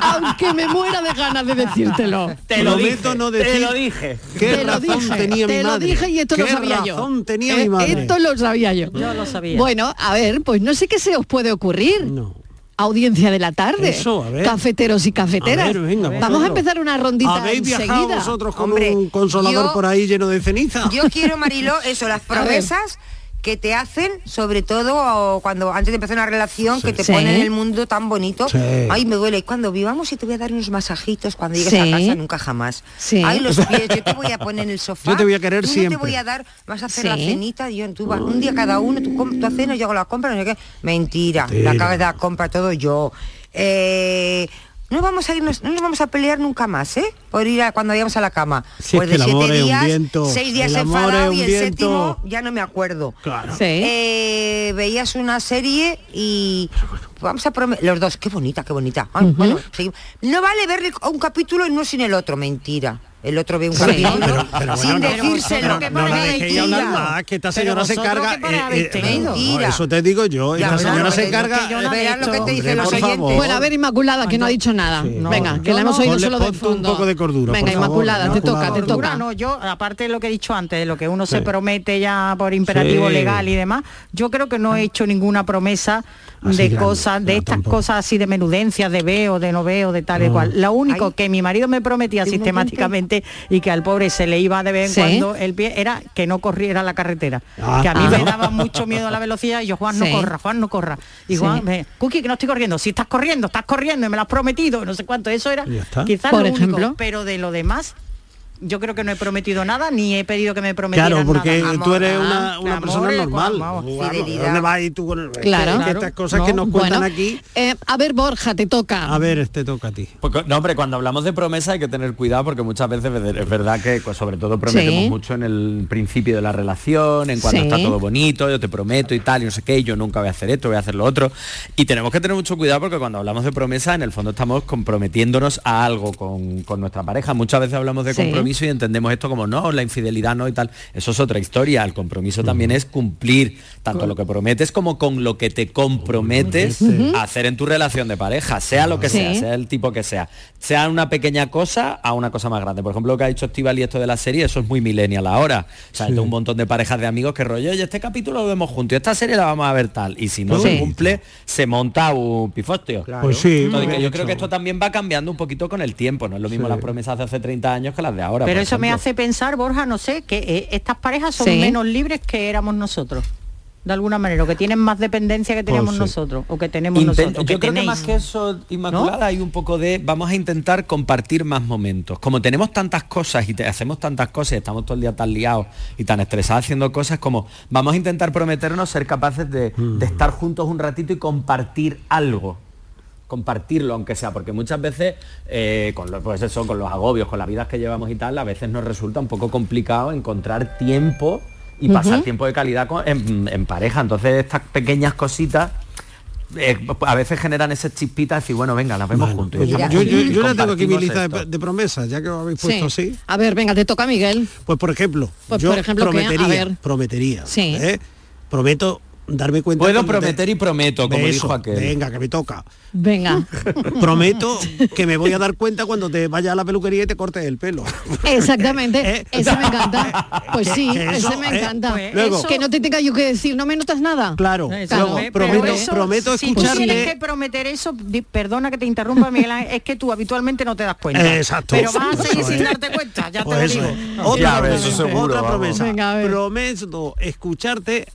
Speaker 5: aunque me muera de ganas de decírtelo.
Speaker 8: Te lo
Speaker 6: Prometo
Speaker 8: dije,
Speaker 6: no
Speaker 8: te
Speaker 6: decir-
Speaker 8: lo dije.
Speaker 6: Qué
Speaker 5: te lo
Speaker 6: razón
Speaker 5: dije,
Speaker 6: tenía
Speaker 5: te
Speaker 6: mi madre.
Speaker 5: lo dije y esto
Speaker 6: Qué
Speaker 5: lo sabía yo.
Speaker 6: razón tenía
Speaker 5: Eh,
Speaker 6: mi madre.
Speaker 5: Esto lo sabía yo.
Speaker 9: Yo lo sabía.
Speaker 5: Bueno, a ver, pues no sé qué se os puede ocurrir.
Speaker 6: No.
Speaker 5: Audiencia de la tarde.
Speaker 6: Eso, a ver.
Speaker 5: Cafeteros y cafeteras.
Speaker 6: A ver, venga,
Speaker 5: Vamos a
Speaker 6: vosotros.
Speaker 5: empezar una rondita
Speaker 6: ¿Habéis viajado
Speaker 5: enseguida.
Speaker 6: vosotros con
Speaker 7: Hombre,
Speaker 6: un consolador
Speaker 7: yo-
Speaker 6: por ahí lleno de ceniza?
Speaker 7: [LAUGHS] Yo quiero,
Speaker 6: [LAUGHS]
Speaker 7: Mariló, eso,
Speaker 5: [LAUGHS]
Speaker 7: las
Speaker 5: ver.
Speaker 7: promesas que te hacen, sobre todo o cuando antes de empezar una relación, que te
Speaker 5: Sí.
Speaker 7: ponen en el mundo tan bonito.
Speaker 6: Sí.
Speaker 7: Ay, me duele. Cuando vivamos y te voy a dar unos masajitos cuando llegues
Speaker 5: Sí.
Speaker 7: a casa, nunca jamás.
Speaker 5: Sí.
Speaker 7: Ay, [LAUGHS] los pies, yo te voy a poner en el sofá.
Speaker 6: Yo te voy a querer
Speaker 7: tú
Speaker 6: siempre.
Speaker 7: No te voy a dar, vas a hacer la
Speaker 5: Sí.
Speaker 7: cenita, yo tú vas, un día cada uno, tú, com- tú haces, no yo hago la compra, no sé qué. Mentira,
Speaker 6: Mentira.
Speaker 7: la cabeza compra todo yo. Eh, no vamos a irnos, no nos vamos a pelear nunca más, ¿eh? Por ir a cuando vayamos a la cama.
Speaker 6: Si
Speaker 7: pues
Speaker 6: es que
Speaker 7: de
Speaker 6: el amor
Speaker 7: siete
Speaker 6: es un
Speaker 7: días,
Speaker 6: viento,
Speaker 7: seis días
Speaker 6: el amor
Speaker 7: enfadado
Speaker 6: es
Speaker 7: y
Speaker 6: un
Speaker 7: el
Speaker 6: viento.
Speaker 7: séptimo ya no me acuerdo.
Speaker 6: Claro.
Speaker 5: Sí.
Speaker 7: Eh, veías una serie y vamos a prometer los dos qué bonita qué bonita Ay, bueno, seguimos. no vale ver un capítulo y uno sin el otro mentira el otro ve un
Speaker 5: Sí.
Speaker 7: capítulo
Speaker 6: Pero- pero
Speaker 7: sin
Speaker 6: bueno, no-
Speaker 7: decírselo
Speaker 9: pero-
Speaker 6: No la
Speaker 9: Ay,
Speaker 6: dejéis
Speaker 9: tía.
Speaker 6: hablar más, que esta
Speaker 9: Pero
Speaker 6: señora se
Speaker 9: vosotros
Speaker 6: carga. eh,
Speaker 9: qué para habéis
Speaker 7: tenido.
Speaker 6: no, eso te digo yo.
Speaker 7: Ya,
Speaker 6: Esta
Speaker 7: verás
Speaker 6: señora
Speaker 7: lo
Speaker 6: se
Speaker 7: que-
Speaker 6: carga.
Speaker 9: que yo no
Speaker 6: eh,
Speaker 9: he
Speaker 7: verás lo que te
Speaker 9: Hombre,
Speaker 7: dicen los
Speaker 6: por favor.
Speaker 7: oyentes
Speaker 5: Bueno, a ver, Inmaculada, que no ha dicho nada. Venga,
Speaker 9: No,
Speaker 5: que la
Speaker 9: yo
Speaker 5: hemos
Speaker 9: no.
Speaker 5: oído
Speaker 6: Ponle-
Speaker 5: solo de
Speaker 6: ponte un
Speaker 5: fondo.
Speaker 6: poco de cordura,
Speaker 5: Venga,
Speaker 6: por favor,
Speaker 5: Inmaculada, te
Speaker 6: Inmaculada.
Speaker 5: toca, te
Speaker 9: Cordura,
Speaker 5: toca.
Speaker 9: no, yo, aparte de lo que he dicho antes, de lo que uno se promete ya por imperativo
Speaker 6: Sí.
Speaker 9: legal y demás, yo creo que no he hecho ninguna promesa
Speaker 6: Así
Speaker 9: de
Speaker 6: grande,
Speaker 9: cosas, de
Speaker 6: no,
Speaker 9: estas
Speaker 6: tampoco.
Speaker 9: cosas así de menudencias, de veo, de no veo, de tal y cual. Lo único
Speaker 7: Ay.
Speaker 9: que mi marido me prometía sistemáticamente y que al pobre se le iba de vez en
Speaker 5: Sí.
Speaker 9: cuando el pie era que no corriera la carretera.
Speaker 6: Ah.
Speaker 9: Que a mí
Speaker 5: Ah.
Speaker 9: me daba mucho miedo la velocidad y yo, Juan,
Speaker 5: Sí.
Speaker 9: no corra, Juan, no corra. Y Juan, me, Cookie, que no estoy corriendo. Si estás corriendo, estás corriendo y me lo has prometido, no sé cuánto. Eso era
Speaker 6: Ya está.
Speaker 9: quizás
Speaker 5: Por
Speaker 9: lo único,
Speaker 5: ejemplo.
Speaker 9: pero de lo demás yo creo que no he prometido nada ni he pedido que me prometieran
Speaker 6: Claro, porque
Speaker 9: nada.
Speaker 6: tú eres
Speaker 7: Amor,
Speaker 6: una,
Speaker 9: ah,
Speaker 6: una
Speaker 9: amor,
Speaker 6: persona
Speaker 9: eh,
Speaker 6: normal.
Speaker 9: vamos,
Speaker 6: Bueno,
Speaker 7: fidelidad.
Speaker 6: ¿Dónde vas y tú con el-
Speaker 5: Claro.
Speaker 6: que Estas cosas que
Speaker 9: No,
Speaker 6: nos cuentan
Speaker 5: Bueno,
Speaker 6: aquí.
Speaker 5: eh, a ver, Borja, te toca.
Speaker 6: A ver, este toca a ti.
Speaker 8: Pues co- no, hombre, cuando hablamos de promesas hay que tener cuidado porque muchas veces es ver- es verdad que pues, sobre todo prometemos
Speaker 5: Sí.
Speaker 8: mucho en el principio de la relación, en cuando
Speaker 5: Sí.
Speaker 8: está todo bonito, yo te prometo y tal, y no sé qué, y yo nunca voy a hacer esto, voy a hacer lo otro. Y tenemos que tener mucho cuidado porque cuando hablamos de promesa, en el fondo estamos comprometiéndonos a algo con, con nuestra pareja. Muchas veces hablamos de
Speaker 5: Sí.
Speaker 8: compromiso compromiso y entendemos esto como no, la infidelidad no y tal. Eso es otra historia. El compromiso también es cumplir tanto lo que prometes como con lo que te comprometes a hacer en tu relación de pareja, sea lo que sea,
Speaker 5: Sí.
Speaker 8: sea el tipo que sea. Sea una pequeña cosa a una cosa más grande. Por ejemplo, lo que ha dicho Estival y esto de la serie, eso es muy millennial ahora. O sea, tengo un montón de parejas de amigos que rollo, oye, este capítulo lo vemos juntos, esta serie la vamos a ver tal. Y si no
Speaker 5: Sí.
Speaker 8: se cumple, se monta un pifostio.
Speaker 6: Pues sí,
Speaker 8: Entonces, que
Speaker 6: bien
Speaker 8: yo creo
Speaker 6: hecho.
Speaker 8: que esto también va cambiando un poquito con el tiempo. No es lo mismo las promesas de hace 30 años que las de ahora.
Speaker 9: Pero
Speaker 8: por
Speaker 9: eso me
Speaker 8: ejemplo.
Speaker 9: hace pensar, Borja, no sé, que eh, estas parejas son
Speaker 5: Sí.
Speaker 9: menos libres que éramos nosotros. De alguna manera, o que tienen más dependencia que
Speaker 6: Pues
Speaker 9: tenemos
Speaker 6: sí.
Speaker 9: nosotros, o que tenemos
Speaker 8: Inten-
Speaker 9: nosotros. o
Speaker 8: yo creo que
Speaker 9: tenéis.
Speaker 8: más que eso, Inmaculada,
Speaker 9: ¿No?
Speaker 8: hay un poco de vamos a intentar compartir más momentos. Como tenemos tantas cosas y te- hacemos tantas cosas y estamos todo el día tan liados y tan estresados haciendo cosas, como vamos a intentar prometernos ser capaces de, de estar juntos un ratito y compartir algo. compartirlo aunque sea porque muchas veces eh, con los pues eso con los agobios con las vidas que llevamos y tal a veces nos resulta un poco complicado encontrar tiempo y pasar tiempo de calidad con- en, en pareja entonces estas pequeñas cositas eh, a veces generan esas chispitas y decir, bueno, venga, las vemos juntos. y
Speaker 7: mira,
Speaker 8: estamos
Speaker 6: pues Yo,
Speaker 8: juntos
Speaker 6: yo,
Speaker 8: y
Speaker 6: yo ya tengo aquí mi
Speaker 8: compartimos
Speaker 6: lista de,
Speaker 8: esto.
Speaker 6: de promesas, ya que lo habéis
Speaker 5: Sí.
Speaker 6: puesto así.
Speaker 5: A ver, venga, te toca Miguel.
Speaker 6: Pues por ejemplo,
Speaker 5: Pues,
Speaker 6: yo
Speaker 5: por ejemplo, ¿qué? A
Speaker 6: prometería,
Speaker 5: ver.
Speaker 6: prometería,
Speaker 5: Sí.
Speaker 6: ¿eh? prometo darme cuenta.
Speaker 8: Puedo
Speaker 6: cuando te-
Speaker 8: prometer y prometo, como
Speaker 6: Eso,
Speaker 8: dijo aquel.
Speaker 6: Venga, que me toca. [LAUGHS]
Speaker 5: Venga.
Speaker 6: Prometo que me voy a dar cuenta cuando te vaya a la peluquería y te cortes el pelo.
Speaker 5: Exactamente,
Speaker 6: Eh,
Speaker 5: eso me encanta. Pues sí,
Speaker 6: que eso,
Speaker 5: ese me
Speaker 6: eh,
Speaker 5: encanta.
Speaker 9: pues
Speaker 6: luego-
Speaker 5: que no te tenga yo que decir, no me notas nada.
Speaker 6: Claro,
Speaker 9: Eso,
Speaker 6: luego,
Speaker 9: eh, pero
Speaker 6: prometo,
Speaker 9: eso,
Speaker 6: prometo
Speaker 9: si tú tienes
Speaker 6: escucharte.
Speaker 9: que prometer eso, di- perdona que te interrumpa, Miguel Ángel, es que tú habitualmente no te das
Speaker 6: Eh,
Speaker 9: cuenta.
Speaker 6: [LAUGHS] Exacto.
Speaker 9: Pero vas a seguir
Speaker 6: Eso
Speaker 9: sin
Speaker 6: es.
Speaker 9: darte cuenta, ya
Speaker 6: Pues
Speaker 9: te lo
Speaker 6: eso
Speaker 9: digo.
Speaker 6: es.
Speaker 8: Ya
Speaker 6: Otra
Speaker 8: ves, eso
Speaker 6: promesa,
Speaker 8: seguro,
Speaker 6: otra
Speaker 8: vamos.
Speaker 6: promesa.
Speaker 5: Venga, a ver.
Speaker 6: Prometo escucharte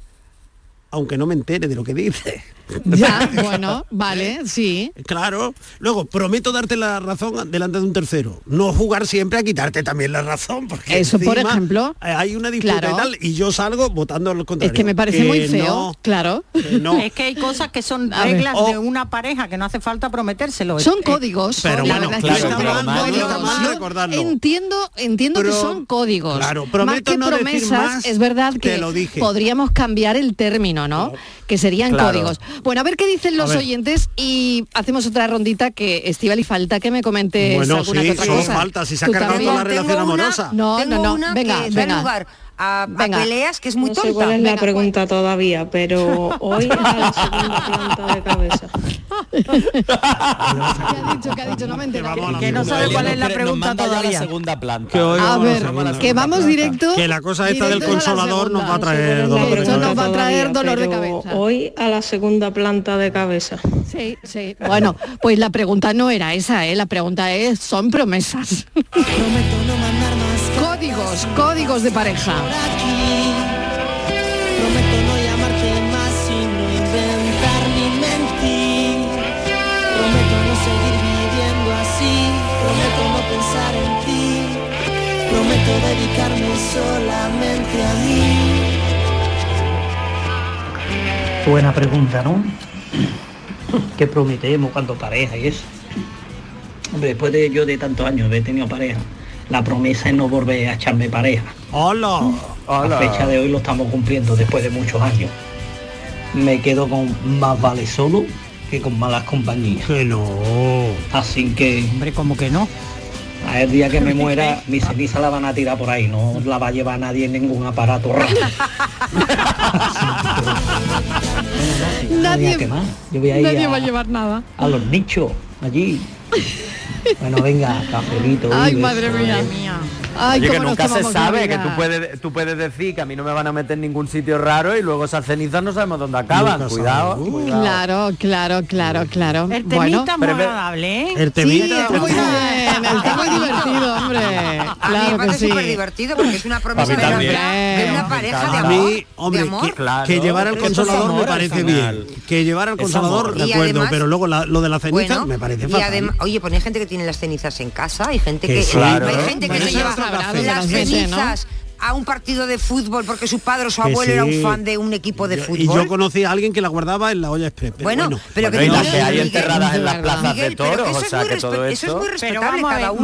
Speaker 6: aunque no me entere de lo que dices.
Speaker 5: [LAUGHS] Ya, bueno, vale, sí.
Speaker 6: Claro. Luego, prometo darte la razón delante de un tercero. No jugar siempre a quitarte también la razón. Porque
Speaker 5: Eso, por
Speaker 6: encima,
Speaker 5: ejemplo.
Speaker 6: eh, Hay una disputa y
Speaker 5: Claro.
Speaker 6: tal, y yo salgo votando al
Speaker 5: Es
Speaker 6: contrario.
Speaker 5: que me parece muy feo,
Speaker 6: no,
Speaker 5: claro.
Speaker 6: que Eh, no.
Speaker 9: Es que hay cosas que son
Speaker 5: A ver.
Speaker 9: reglas de
Speaker 6: O-
Speaker 9: una pareja que no hace falta prometérselo.
Speaker 5: Son
Speaker 9: Eh,
Speaker 5: códigos.
Speaker 6: pero
Speaker 5: la
Speaker 6: bueno,
Speaker 5: verdad es que
Speaker 8: claro,
Speaker 5: son
Speaker 8: pero mal,
Speaker 5: códigos.
Speaker 8: está mal
Speaker 5: Yo
Speaker 6: recordarlo.
Speaker 5: Entiendo, entiendo que
Speaker 6: Pero-
Speaker 5: son códigos.
Speaker 6: claro,
Speaker 5: más
Speaker 6: prometo
Speaker 5: que
Speaker 6: no decir
Speaker 5: promesas,
Speaker 6: más,
Speaker 5: es verdad
Speaker 6: te
Speaker 5: que
Speaker 6: lo dije.
Speaker 5: podríamos cambiar el término, ¿no? Que serían
Speaker 8: Claro.
Speaker 5: códigos. Bueno, a ver qué dicen los
Speaker 6: ver.
Speaker 5: oyentes y hacemos otra rondita que Estival y falta que me comentes
Speaker 6: Bueno,
Speaker 5: alguna
Speaker 6: sí,
Speaker 5: que eh, otra
Speaker 6: solo
Speaker 5: cosa.
Speaker 6: falta, si se ha
Speaker 5: Tú
Speaker 6: cargado
Speaker 5: también.
Speaker 6: toda la relación
Speaker 7: Tengo una-
Speaker 6: amorosa.
Speaker 5: No,
Speaker 7: Ah, tengo
Speaker 5: no, no,
Speaker 7: una
Speaker 5: venga,
Speaker 7: que da
Speaker 5: venga.
Speaker 7: lugar a, a
Speaker 5: Venga.
Speaker 7: peleas que es muy
Speaker 10: no sé
Speaker 7: tonta.
Speaker 10: cuál es la
Speaker 5: Venga, pues.
Speaker 10: pregunta todavía, pero
Speaker 5: [LAUGHS]
Speaker 10: hoy es a la segunda planta de cabeza.
Speaker 5: ¿Qué ha dicho? ¿Qué ha dicho? No me entero.
Speaker 6: vamos a la
Speaker 9: Que no sabe
Speaker 8: Noelia
Speaker 9: cuál
Speaker 8: nos
Speaker 9: es la
Speaker 8: pre- nos
Speaker 9: pregunta
Speaker 8: manda ya
Speaker 9: todavía.
Speaker 8: La segunda planta.
Speaker 6: Que hoy
Speaker 5: A
Speaker 6: vamos
Speaker 5: ver,
Speaker 6: segunda
Speaker 5: que vamos directo.
Speaker 6: Que la cosa esta del
Speaker 5: directo a la
Speaker 6: consolador nos va a
Speaker 5: segunda.
Speaker 6: traer
Speaker 10: No sé
Speaker 6: dolor
Speaker 10: cuál
Speaker 6: de
Speaker 10: es
Speaker 5: Eso
Speaker 10: la
Speaker 5: nos va a
Speaker 10: pregunta
Speaker 5: traer dolor de
Speaker 10: todavía,
Speaker 5: cabeza.
Speaker 10: pero Hoy a la segunda planta de cabeza.
Speaker 5: Sí,
Speaker 10: [LAUGHS]
Speaker 5: sí. Bueno, pues la pregunta no era esa, ¿eh? La pregunta es, son promesas. códigos, códigos de pareja.
Speaker 3: Prometo no llamarte más y no inventar ni mentir. Prometo no seguir viviendo así. Prometo no pensar en ti. Prometo dedicarme solamente a mí.
Speaker 11: Buena pregunta, ¿no? ¿Qué prometemos cuando pareja y eso? Hombre, después de yo de tantos años haber tenido pareja, la promesa es no volver a echarme pareja.
Speaker 6: Hola.
Speaker 11: La fecha de hoy lo estamos cumpliendo después de muchos años. Me quedo con más vale solo que con malas compañías.
Speaker 6: Que no.
Speaker 11: Así que
Speaker 9: Hombre, como que no.
Speaker 11: a el día que me muera, mi ceniza la van a tirar por ahí, no la va a llevar nadie en ningún aparato raro.
Speaker 5: Nadie-
Speaker 11: Nadie, Yo voy a ir
Speaker 5: Nadie
Speaker 11: a-
Speaker 5: va a llevar nada.
Speaker 11: a los nichos allí. Bueno, venga, cafelito. un
Speaker 5: Ay,
Speaker 11: beso.
Speaker 5: madre mía. Ay,
Speaker 8: Oye, que
Speaker 5: cómo nos
Speaker 8: nunca se
Speaker 5: tomamos la
Speaker 8: sabe, que
Speaker 5: vida.
Speaker 8: tú puedes, tú puedes decir que a mí no me van a meter en ningún sitio raro y luego esas cenizas no sabemos dónde acaban.
Speaker 6: Nunca
Speaker 8: cuidado,
Speaker 6: sabemos.
Speaker 8: cuidado.
Speaker 5: Claro, claro, claro, claro.
Speaker 9: El
Speaker 5: bueno,
Speaker 9: temita
Speaker 8: pero
Speaker 9: muy
Speaker 8: ve-
Speaker 9: agradable, ¿eh?
Speaker 6: El
Speaker 5: sí,
Speaker 6: temita.
Speaker 5: está muy bien, está muy divertido, hombre.
Speaker 7: A mí me
Speaker 5: Claro que
Speaker 7: parece
Speaker 5: sí.
Speaker 7: súper divertido porque es una promesa
Speaker 8: mí
Speaker 7: de una,
Speaker 8: también.
Speaker 7: de una
Speaker 5: Me
Speaker 7: pareja de
Speaker 6: A
Speaker 7: amor.
Speaker 6: mí, hombre,
Speaker 7: de amor.
Speaker 6: que,
Speaker 8: Claro,
Speaker 6: que llevar al
Speaker 8: eso es
Speaker 6: consolador
Speaker 8: amor
Speaker 6: me
Speaker 8: al
Speaker 6: parece
Speaker 8: final.
Speaker 6: bien. Que llevar al
Speaker 8: Es
Speaker 6: consolador,
Speaker 8: amor.
Speaker 6: de
Speaker 7: Y
Speaker 6: acuerdo,
Speaker 7: además-
Speaker 6: pero luego la- lo de la ceniza
Speaker 7: Bueno,
Speaker 6: me parece
Speaker 7: y
Speaker 6: fatal.
Speaker 7: además, oye, pues hay gente que tiene las cenizas en casa, hay gente
Speaker 6: Que
Speaker 7: que
Speaker 6: sí,
Speaker 7: hay
Speaker 8: claro.
Speaker 7: gente que
Speaker 8: Bueno,
Speaker 7: se
Speaker 8: eso
Speaker 7: lleva
Speaker 5: es otra
Speaker 7: las
Speaker 5: cosa, las mete, ¿no?
Speaker 7: cenizas a un partido de fútbol porque su padre o su
Speaker 6: Que
Speaker 7: abuelo era
Speaker 6: sí.
Speaker 7: un fan de un equipo de
Speaker 6: Yo-
Speaker 7: fútbol.
Speaker 6: Y yo conocí a alguien que la guardaba en la olla express. Pero
Speaker 7: Bueno,
Speaker 6: bueno,
Speaker 7: pero que
Speaker 8: Bueno, y las que hay enterradas en las plazas de
Speaker 7: Miguel, pero que
Speaker 8: toros,
Speaker 7: eso
Speaker 8: o
Speaker 7: es
Speaker 8: sea
Speaker 7: muy
Speaker 8: que todo
Speaker 7: respe- eso es
Speaker 8: esto...
Speaker 7: muy
Speaker 9: Pero
Speaker 7: respetable
Speaker 9: vamos a
Speaker 7: cada
Speaker 9: ver,
Speaker 7: uno.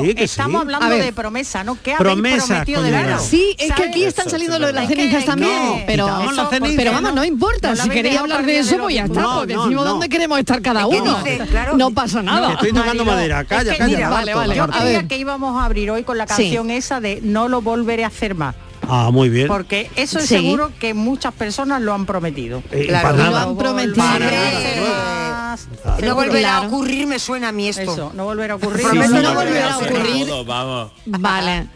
Speaker 6: Que sí, que
Speaker 9: estamos
Speaker 6: sí.
Speaker 9: hablando
Speaker 6: A ver.
Speaker 9: de promesa, ¿no? ¿Qué habéis
Speaker 6: Promesas,
Speaker 9: prometido de
Speaker 6: coño,
Speaker 9: verano?
Speaker 5: Sí, es que aquí
Speaker 9: ¿Sabes?
Speaker 5: están saliendo lo de las cenizas también, pero,
Speaker 6: Quitamos las
Speaker 5: pero
Speaker 6: cenizas.
Speaker 5: vamos, no importa,
Speaker 9: No la
Speaker 5: si queréis
Speaker 9: habéis
Speaker 5: hablar de
Speaker 9: dejado todavía
Speaker 5: eso,
Speaker 9: de lo
Speaker 5: pues ya está,
Speaker 9: mismo.
Speaker 5: pues
Speaker 6: No,
Speaker 5: decimos
Speaker 6: no,
Speaker 5: dónde queremos estar cada
Speaker 7: Es que
Speaker 5: uno.
Speaker 7: dice, claro,
Speaker 5: no pasa nada.
Speaker 6: que estoy tocando madera, calla,
Speaker 9: Es que
Speaker 6: calla.
Speaker 9: mira,
Speaker 6: Marta,
Speaker 5: vale, vale,
Speaker 9: Yo
Speaker 6: Marta.
Speaker 5: a ver.
Speaker 9: creía que íbamos a abrir hoy con la
Speaker 5: Sí.
Speaker 9: canción esa de No lo volveré a hacer más.
Speaker 6: Ah, muy bien.
Speaker 9: Porque eso es
Speaker 5: Sí.
Speaker 9: seguro que muchas personas lo han prometido.
Speaker 6: Eh,
Speaker 7: claro,
Speaker 6: para
Speaker 7: y
Speaker 5: lo
Speaker 6: nada.
Speaker 5: han prometido.
Speaker 6: Para
Speaker 9: Volveré a
Speaker 6: nada.
Speaker 9: hacer más.
Speaker 7: No volverá a
Speaker 5: Claro.
Speaker 7: ocurrir, me suena a mí esto.
Speaker 9: Eso, no volverá a ocurrir.
Speaker 7: Sí, sí,
Speaker 5: no volverá a
Speaker 7: sí.
Speaker 5: ocurrir.
Speaker 8: Vamos.
Speaker 5: Vale.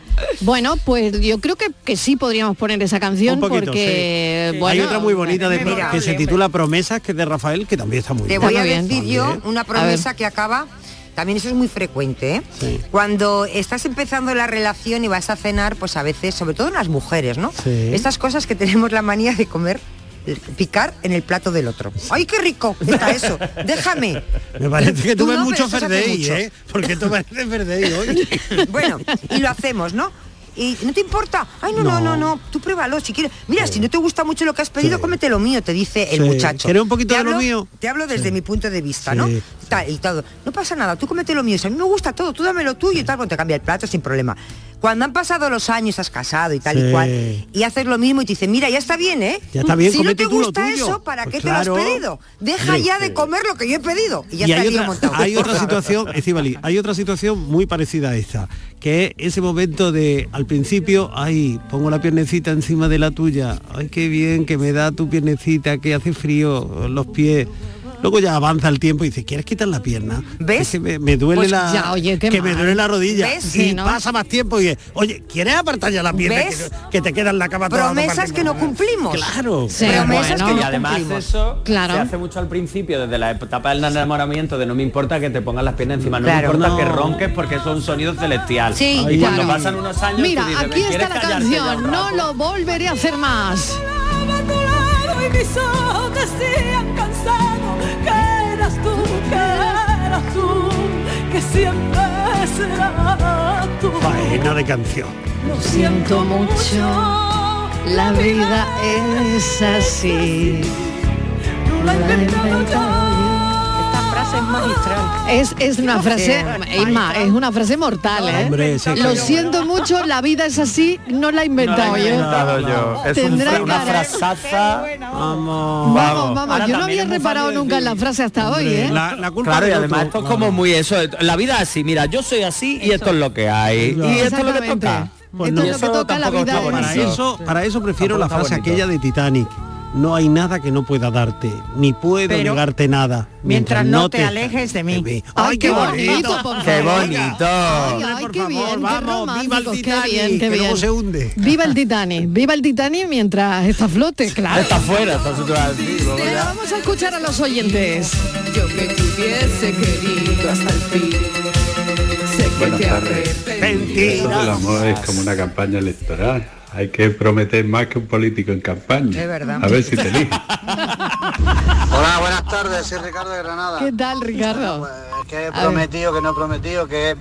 Speaker 5: Bueno, pues yo creo que, que sí podríamos poner esa canción
Speaker 6: Un poquito,
Speaker 5: porque
Speaker 9: sí.
Speaker 5: bueno,
Speaker 6: Hay otra muy bonita de-
Speaker 9: memorable,
Speaker 6: que se
Speaker 9: hombre.
Speaker 6: titula Promesas, que es de Rafael, que también está muy
Speaker 7: Te
Speaker 6: bien.
Speaker 7: voy a
Speaker 5: muy bien.
Speaker 7: decir yo
Speaker 6: También.
Speaker 7: una promesa que acaba. También eso es muy frecuente, ¿eh?
Speaker 6: Sí.
Speaker 7: Cuando estás empezando la relación y vas a cenar, pues a veces, sobre todo en las mujeres, ¿no?
Speaker 6: Sí.
Speaker 7: Estas cosas que tenemos la manía de comer, eh, picar en el plato del otro. ¡Ay, qué rico! Está eso. Déjame.
Speaker 6: Me parece que tú,
Speaker 7: Tú
Speaker 6: ves
Speaker 7: no,
Speaker 6: mucho
Speaker 7: pero eso se hace
Speaker 6: Ferdey,
Speaker 7: mucho.
Speaker 6: ¿eh? Porque tú pareces Ferdey hoy.
Speaker 7: [LAUGHS] Bueno, y lo hacemos, ¿no? Y no te importa. Ay, no, no, no,
Speaker 6: No.
Speaker 7: no. Tú pruébalo si quieres. Mira, si no te gusta mucho lo que has pedido,
Speaker 6: Sí.
Speaker 7: cómete lo mío, te dice el
Speaker 6: Sí.
Speaker 7: muchacho.
Speaker 6: ¿Quieres un poquito
Speaker 7: Te
Speaker 6: de lo
Speaker 7: hablo-
Speaker 6: mío?
Speaker 7: Te hablo desde mi punto de vista,
Speaker 6: Sí.
Speaker 7: ¿no? Tal y todo. No pasa nada, tú cómete lo mío. Si a mí me gusta todo, tú dame lo tuyo y tal, cuando te cambia el plato sin problema. Cuando han pasado los años, has casado y tal y
Speaker 6: Sí.
Speaker 7: cual, y haces lo mismo y te dice, mira, ya está bien, ¿eh?
Speaker 6: Ya está bien,
Speaker 7: si no
Speaker 6: cómete
Speaker 7: te
Speaker 6: tú lo
Speaker 7: gusta
Speaker 6: tuyo.
Speaker 7: eso, ¿para
Speaker 6: Pues
Speaker 7: qué te lo has
Speaker 6: claro.
Speaker 7: pedido? Deja
Speaker 6: Hombre,
Speaker 7: ya de
Speaker 6: sí.
Speaker 7: comer lo que yo he pedido. Y ya
Speaker 6: y
Speaker 7: está
Speaker 6: hay
Speaker 7: el lío
Speaker 6: otra, [LAUGHS]
Speaker 7: montado.
Speaker 6: hay otra situación, Estivali, hay otra situación muy parecida a esta, que es ese momento de al principio, ay, pongo la piernecita encima de la tuya, ay, qué bien que me da tu piernecita, que hace frío los pies. Luego ya avanza el tiempo y dices, ¿quieres quitar la pierna?
Speaker 7: ¿Ves?
Speaker 6: Es que me, me duele
Speaker 5: Pues
Speaker 6: la
Speaker 5: ya, oye, qué
Speaker 6: que me
Speaker 5: mal.
Speaker 6: duele la rodilla.
Speaker 7: ¿Ves?
Speaker 6: Y
Speaker 5: Sí, ¿no?
Speaker 6: pasa más tiempo y es, oye, ¿quieres apartar ya la pierna que,
Speaker 7: ¿Ves?
Speaker 6: que te queda en la cama? toda la
Speaker 7: Promesas
Speaker 6: parte?
Speaker 7: que no cumplimos.
Speaker 6: Claro.
Speaker 5: Sí.
Speaker 7: Promesas
Speaker 5: Bueno,
Speaker 7: que
Speaker 8: y
Speaker 7: no
Speaker 8: además
Speaker 7: cumplimos.
Speaker 8: eso
Speaker 5: Claro.
Speaker 8: se hace mucho al principio, desde la etapa del enamoramiento, de no me importa que te pongas las piernas encima, no
Speaker 7: Claro.
Speaker 8: me importa
Speaker 7: No.
Speaker 8: que ronques porque eso es un sonido celestial.
Speaker 7: Sí,
Speaker 8: y cuando
Speaker 5: claro.
Speaker 8: pasan unos años,
Speaker 5: Mira,
Speaker 8: tú dices,
Speaker 5: aquí
Speaker 8: "¿Quieres
Speaker 5: está la
Speaker 8: callarte ya un
Speaker 5: canción, no
Speaker 8: rato?".
Speaker 5: lo volveré a hacer más.
Speaker 12: y mis ojos se han cansado que eras tú, que eras tú, que siempre será tú.
Speaker 6: Faena de canción.
Speaker 5: Lo siento mucho, la vida es así.
Speaker 12: no la he inventado yo.
Speaker 9: Esta frase es magistral.
Speaker 5: Es, es una
Speaker 6: Eh,
Speaker 5: frase, Isma, es una frase mortal, ¿eh?
Speaker 6: Hombre, sí,
Speaker 5: Lo
Speaker 6: claro.
Speaker 5: siento mucho, la vida es así, no la he
Speaker 8: No
Speaker 5: inventado
Speaker 8: lo he
Speaker 5: yo.
Speaker 8: inventado yo. Es un-
Speaker 5: Tendrá
Speaker 8: una
Speaker 5: cara.
Speaker 8: frasaza.
Speaker 6: Vamos.
Speaker 5: Vamos, vamos,
Speaker 8: Ahora
Speaker 5: yo no
Speaker 8: también
Speaker 5: había
Speaker 8: es muy
Speaker 5: reparado
Speaker 8: fácil
Speaker 5: nunca en la
Speaker 8: decir.
Speaker 5: frase hasta hoy, ¿eh?
Speaker 6: La, la culpa
Speaker 8: Claro, y
Speaker 6: del otro.
Speaker 8: además esto es
Speaker 6: Claro.
Speaker 8: como muy eso, la vida así, mira, yo soy así y esto es lo que hay. Y esto es lo que
Speaker 5: Exactamente.
Speaker 8: toca.
Speaker 5: Pues Esto es
Speaker 8: Y
Speaker 5: lo que
Speaker 8: eso
Speaker 5: toca, la
Speaker 8: tampoco
Speaker 5: vida
Speaker 8: está
Speaker 5: es
Speaker 8: bonito.
Speaker 6: para eso, para eso prefiero la
Speaker 8: Tampoco
Speaker 6: frase
Speaker 8: está bonito.
Speaker 6: aquella de Titanic. No hay nada que no pueda darte, ni puedo
Speaker 9: Pero
Speaker 6: negarte nada.
Speaker 9: mientras no te alejes de mí.
Speaker 6: Ay, qué bonito.
Speaker 5: por
Speaker 8: Qué
Speaker 5: favor.
Speaker 8: bonito.
Speaker 5: Ay,
Speaker 6: Hombre,
Speaker 5: ay,
Speaker 6: por
Speaker 5: qué
Speaker 6: favor,
Speaker 5: bien, qué
Speaker 6: vamos, viva el
Speaker 5: románticos, qué
Speaker 6: Titanic,
Speaker 5: bien, qué
Speaker 6: que luego
Speaker 5: bien.
Speaker 6: se hunde.
Speaker 5: Viva el Titanic, viva el Titanic mientras está a flote, claro.
Speaker 8: Ah, Está fuera, está situada así, vamos
Speaker 5: Pero
Speaker 8: ya.
Speaker 5: vamos a escuchar a los oyentes.
Speaker 12: Yo que te hubiese querido hasta el fin. Sé que te
Speaker 13: Eso del amor es como una campaña electoral. Hay que prometer más que un político en campaña.
Speaker 7: Es verdad.
Speaker 13: A ver si
Speaker 7: [LAUGHS]
Speaker 13: te eligen.
Speaker 14: Hola, buenas tardes, soy Ricardo de Granada.
Speaker 5: ¿Qué tal, Ricardo?
Speaker 14: Pues, que he
Speaker 5: ver.
Speaker 14: prometido, que no he prometido, que...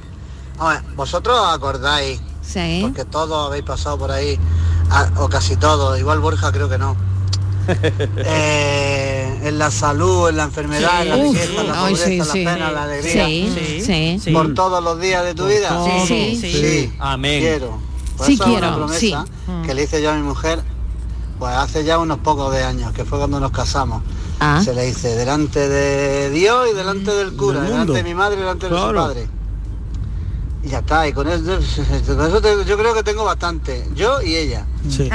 Speaker 14: A ver, vosotros os acordáis,
Speaker 5: Sí.
Speaker 14: porque todos habéis pasado por ahí, a- o casi todos, igual Borja creo que no. Eh, en la salud, en la enfermedad, en la
Speaker 5: Uf,
Speaker 14: riqueza, en la
Speaker 5: ay,
Speaker 14: pobreza,
Speaker 5: sí,
Speaker 14: en la
Speaker 5: sí.
Speaker 14: pena, en la alegría.
Speaker 5: Sí, sí.
Speaker 9: Sí.
Speaker 14: Por todos los días de tu vida.
Speaker 5: todos, Sí, sí.
Speaker 8: Amén.
Speaker 14: Quiero. Pues
Speaker 5: Sí
Speaker 14: esa es
Speaker 5: quiero,
Speaker 14: una promesa
Speaker 5: sí. Mm.
Speaker 14: que le hice yo a mi mujer, pues hace ya unos pocos de años, que fue cuando nos casamos.
Speaker 5: Ah.
Speaker 14: Se le hice delante de Dios y delante del cura,
Speaker 6: Mm, Del
Speaker 14: delante
Speaker 6: mundo.
Speaker 14: de mi madre y delante de su
Speaker 6: Claro.
Speaker 14: padre. Y ya está, y con eso, [LAUGHS] con eso te- yo creo que tengo bastante, yo y ella.
Speaker 6: Sí.